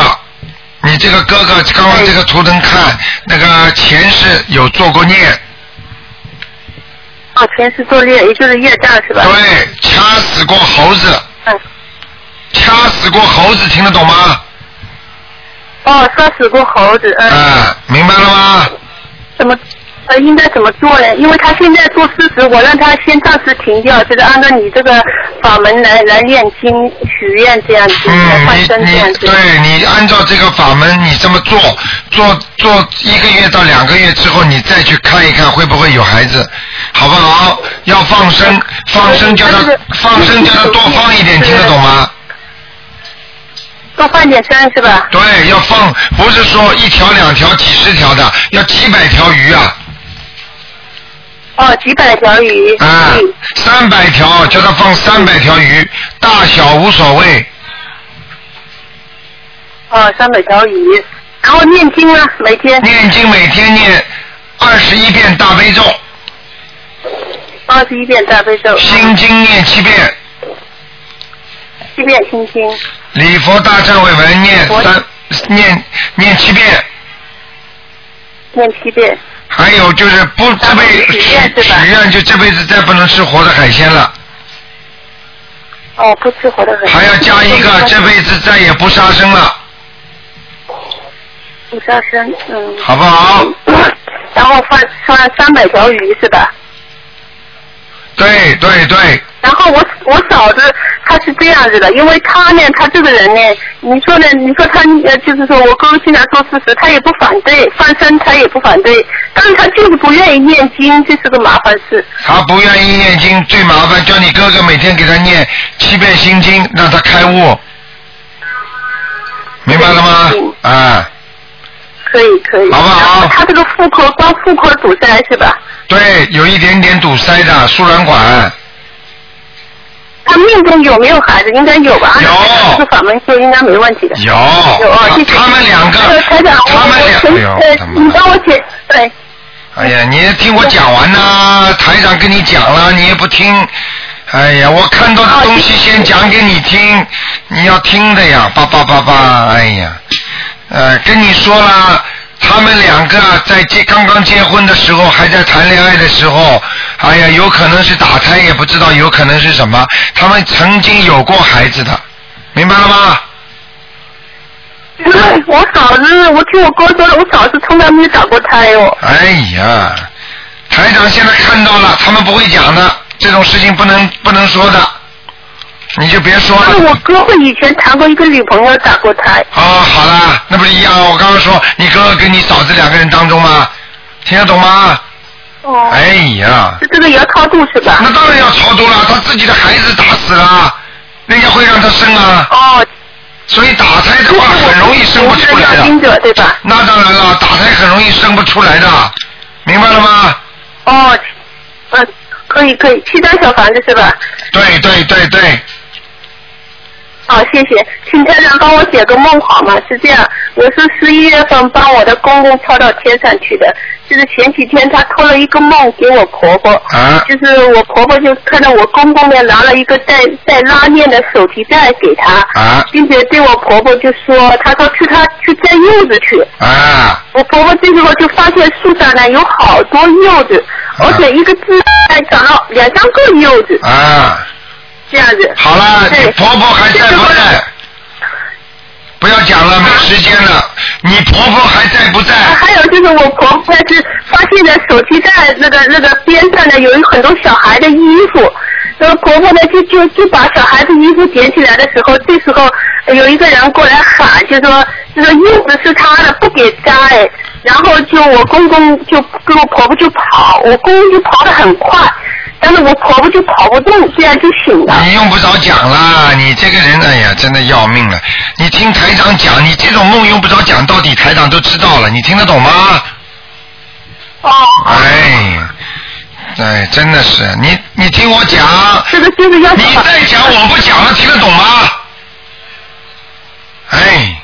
Speaker 1: 你这个哥哥刚刚这个图腾看，那个前世有做过孽，
Speaker 5: 哦，前世作业，也就是业障是吧？
Speaker 1: 对，掐死过猴子，
Speaker 5: 嗯，
Speaker 1: 掐死过猴子，听得懂吗？
Speaker 5: 哦，杀死过猴子，嗯，
Speaker 1: 啊，明白了吗？
Speaker 5: 怎么？呃，应该怎么做呢？因为他现在做事实，我让他先暂时停掉，就是按照你这个法门来来念经、许愿这样子，来换
Speaker 1: 嗯，
Speaker 5: 生
Speaker 1: 你
Speaker 5: 这样
Speaker 1: 你
Speaker 5: 子。
Speaker 1: 对你按照这个法门，你这么做，做做一个月到两个月之后，你再去看一看会不会有孩子，好不好？要放生，放生叫他
Speaker 5: 但是
Speaker 1: 放生叫他多放一点，
Speaker 5: 对
Speaker 1: 听得懂吗？
Speaker 5: 多放点声是吧？
Speaker 1: 对，要放，不是说一条两条几十条的，要几百条鱼啊，
Speaker 5: 哦，几百条鱼。
Speaker 1: 啊
Speaker 5: 嗯，
Speaker 1: 三百条，叫他放三百条鱼，大小无所谓。
Speaker 5: 哦，三百条鱼。然后念经啊，每天。
Speaker 1: 念经每天念二十一遍大悲咒，
Speaker 3: 二十一遍大悲咒，
Speaker 1: 心
Speaker 5: 啊
Speaker 1: 经念七遍，
Speaker 3: 七遍心经，
Speaker 1: 礼佛大忏悔文念三念念七遍，
Speaker 3: 念七遍，
Speaker 1: 还有就是不这辈
Speaker 3: 许愿对吧
Speaker 1: 许愿就这辈子再不能吃活的海鲜了，
Speaker 3: 哦，不吃活的很。
Speaker 1: 还要加一个这辈子再也不杀生了，
Speaker 3: 不杀生，嗯。
Speaker 1: 好不好？
Speaker 3: 然后放放三百条鱼是吧？
Speaker 1: 对对对，
Speaker 3: 然后我我嫂子她是这样子的，因为她呢，她这个人呢，你说呢？你说她呃，就是说我哥现在做事实，她也不反对，放生她也不反对，但是她就是不愿意念经，这是个麻烦事。
Speaker 1: 他不愿意念经最麻烦，叫你哥哥每天给他念七遍心经，让他开悟，明白了吗？
Speaker 3: 嗯
Speaker 1: 啊，
Speaker 3: 可以可以。
Speaker 1: 好不好
Speaker 3: 然后她这个妇科光妇科堵塞是吧？
Speaker 1: 对，有一点点堵塞的输卵管，
Speaker 3: 她命中有没有孩子？应该有吧？
Speaker 1: 有
Speaker 3: 这个法门说应该没问题的。
Speaker 1: *laughs* 有，
Speaker 3: 有哦，谢谢。
Speaker 1: 他们两个
Speaker 3: 呃，台长，
Speaker 1: 他们两个，哎
Speaker 3: 我
Speaker 1: 呦
Speaker 3: 我，
Speaker 1: 他
Speaker 3: 呃，
Speaker 1: 妈
Speaker 3: 你
Speaker 1: 的
Speaker 3: 帮我解，对，
Speaker 1: 哎呀，你也听我讲完呐、台长跟你讲了，你也不听。哎呀，我看到的东西先讲给你听，你要听的呀，叭叭叭叭，哎呀，呃，跟你说了，他们两个在结刚刚结婚的时候，还在谈恋爱的时候，哎呀，有可能是打胎，也不知道有可能是什么，他们曾经有过孩子的，明白了吗？
Speaker 3: 我嫂子，我听我哥说了，我嫂子从来没有打过胎哦。
Speaker 1: 哎呀，台长现在看到了，他们不会讲的，这种事情不能不能说的，你就别说
Speaker 3: 但是
Speaker 1: 了。
Speaker 3: 我哥哥以前谈过一个女朋友打过胎，
Speaker 1: 啊、好啦，那不是一样？啊我刚刚说你哥哥跟你嫂子两个人当中吗？听得懂吗？
Speaker 3: 哦，
Speaker 1: 哎呀，
Speaker 3: 这这个也要超度是吧
Speaker 1: 那？当然要超度了，他自己的孩子打死了，人家会让他生啊，
Speaker 3: 哦，
Speaker 1: 所以打胎的
Speaker 3: 就是
Speaker 1: 话
Speaker 3: 我
Speaker 1: 很容易生不
Speaker 3: 我是
Speaker 1: 出来
Speaker 3: 要经
Speaker 1: 的。
Speaker 3: 者对吧？
Speaker 1: 那当然了，打胎很容易生不出来的，明白了吗？
Speaker 3: 哦，嗯，可以可以，七张小房子是吧？
Speaker 1: 对对对对，
Speaker 3: 好，哦谢谢，请台长帮我解个梦好吗？是这样，我是十一月份帮我的公公超到天上去的，就是前几天他托了一个梦给我婆婆，
Speaker 1: 啊，
Speaker 3: 就是我婆婆就看到我公公呢拿了一个带带拉链的手提袋给她，
Speaker 1: 啊
Speaker 3: 并且对我婆婆就说，她说去她去摘柚子去。
Speaker 1: 啊，
Speaker 3: 我婆婆这时候就发现树上呢有好多柚子，
Speaker 1: 啊
Speaker 3: 而且一个枝还长了两三个柚子，
Speaker 1: 啊，
Speaker 3: 这样子。
Speaker 1: 好了，你
Speaker 3: 对
Speaker 1: 婆婆还在不
Speaker 3: 这
Speaker 1: 在？不要讲了，没时间了。你婆婆还在不在？
Speaker 3: 啊还有就是我婆婆是发现了手提袋那个那个边上呢有很多小孩的衣服，那个婆婆呢就就就把小孩的衣服捡起来的时候，这时候呃有一个人过来喊，就说就说柚子是他的，不给摘。然后就我公公就跟我婆婆就跑，我公公就跑得很快，但是我婆婆就跑不动，这样就醒了。
Speaker 1: 你用不着讲啦，你这个人，哎呀，真的要命了。你听台长讲，你这种梦用不着讲，到底台长都知道了，你听得懂吗？
Speaker 3: 哦，
Speaker 1: 哎，哎，真的是，你你听我讲，
Speaker 3: 这个就是 *laughs* 要
Speaker 1: 你再讲我不讲了，听得懂吗？哎，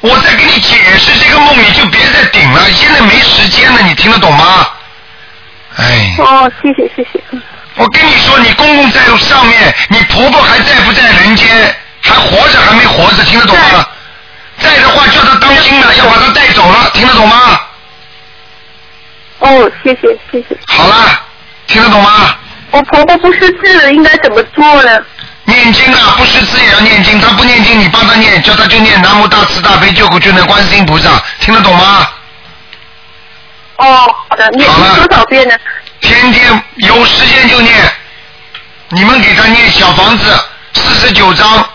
Speaker 1: 我在给你解释这个梦，你就别再顶了，现在没时间了，你听得懂吗？哎，
Speaker 3: 哦，谢谢谢谢，
Speaker 1: 我跟你说，你公公在上面，你婆婆还在不在人间？还活着还没活着？听得懂吗？在的话，叫他当心了，要把他带走了，听得懂吗？
Speaker 3: 哦，谢谢谢谢。
Speaker 1: 好了，听得懂吗？
Speaker 3: 我婆婆不识字，应该怎么做呢？
Speaker 1: 念经啊，不识字也要念经，他不念经，你帮他念，叫他就念南无大慈大悲救苦救难观世音菩萨，听得懂吗？
Speaker 3: 哦，好的，念
Speaker 1: 好了
Speaker 3: 多少遍呢？
Speaker 1: 天天有时间就念，你们给他念小房子四十九章，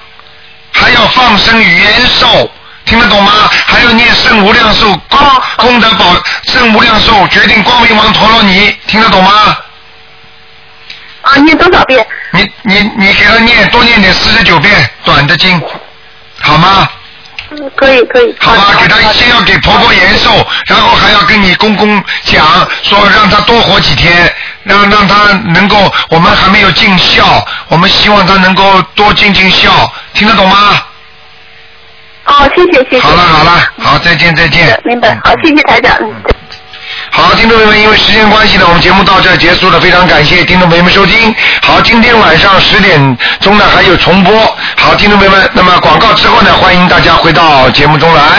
Speaker 1: 还要放生延寿，听得懂吗？还要念圣无量寿功功德宝圣无量寿决定光明王陀罗尼，听得懂吗？
Speaker 3: 啊，念多少遍？
Speaker 1: 你你你给他念多念点四十九遍短的经，好吗？
Speaker 3: 嗯可以可以。
Speaker 1: 好吧，
Speaker 3: 的
Speaker 1: 给她
Speaker 3: 好的
Speaker 1: 先要给婆婆延寿，然后还要跟你公公讲，说让她多活几天，让让她能够，我们还没有尽孝，我们希望她能够多尽尽孝，听得懂吗？
Speaker 3: 哦，谢谢谢谢。
Speaker 1: 好了好了，好，再见再见。嗯
Speaker 3: 嗯明白。好，谢谢台长。嗯。
Speaker 1: 好，听众朋友们，因为时间关系呢，我们节目到这儿结束了，非常感谢听众朋友们收听。好，今天晚上十点钟呢还有重播。好，听众朋友们，那么广告之后呢，欢迎大家回到节目中来。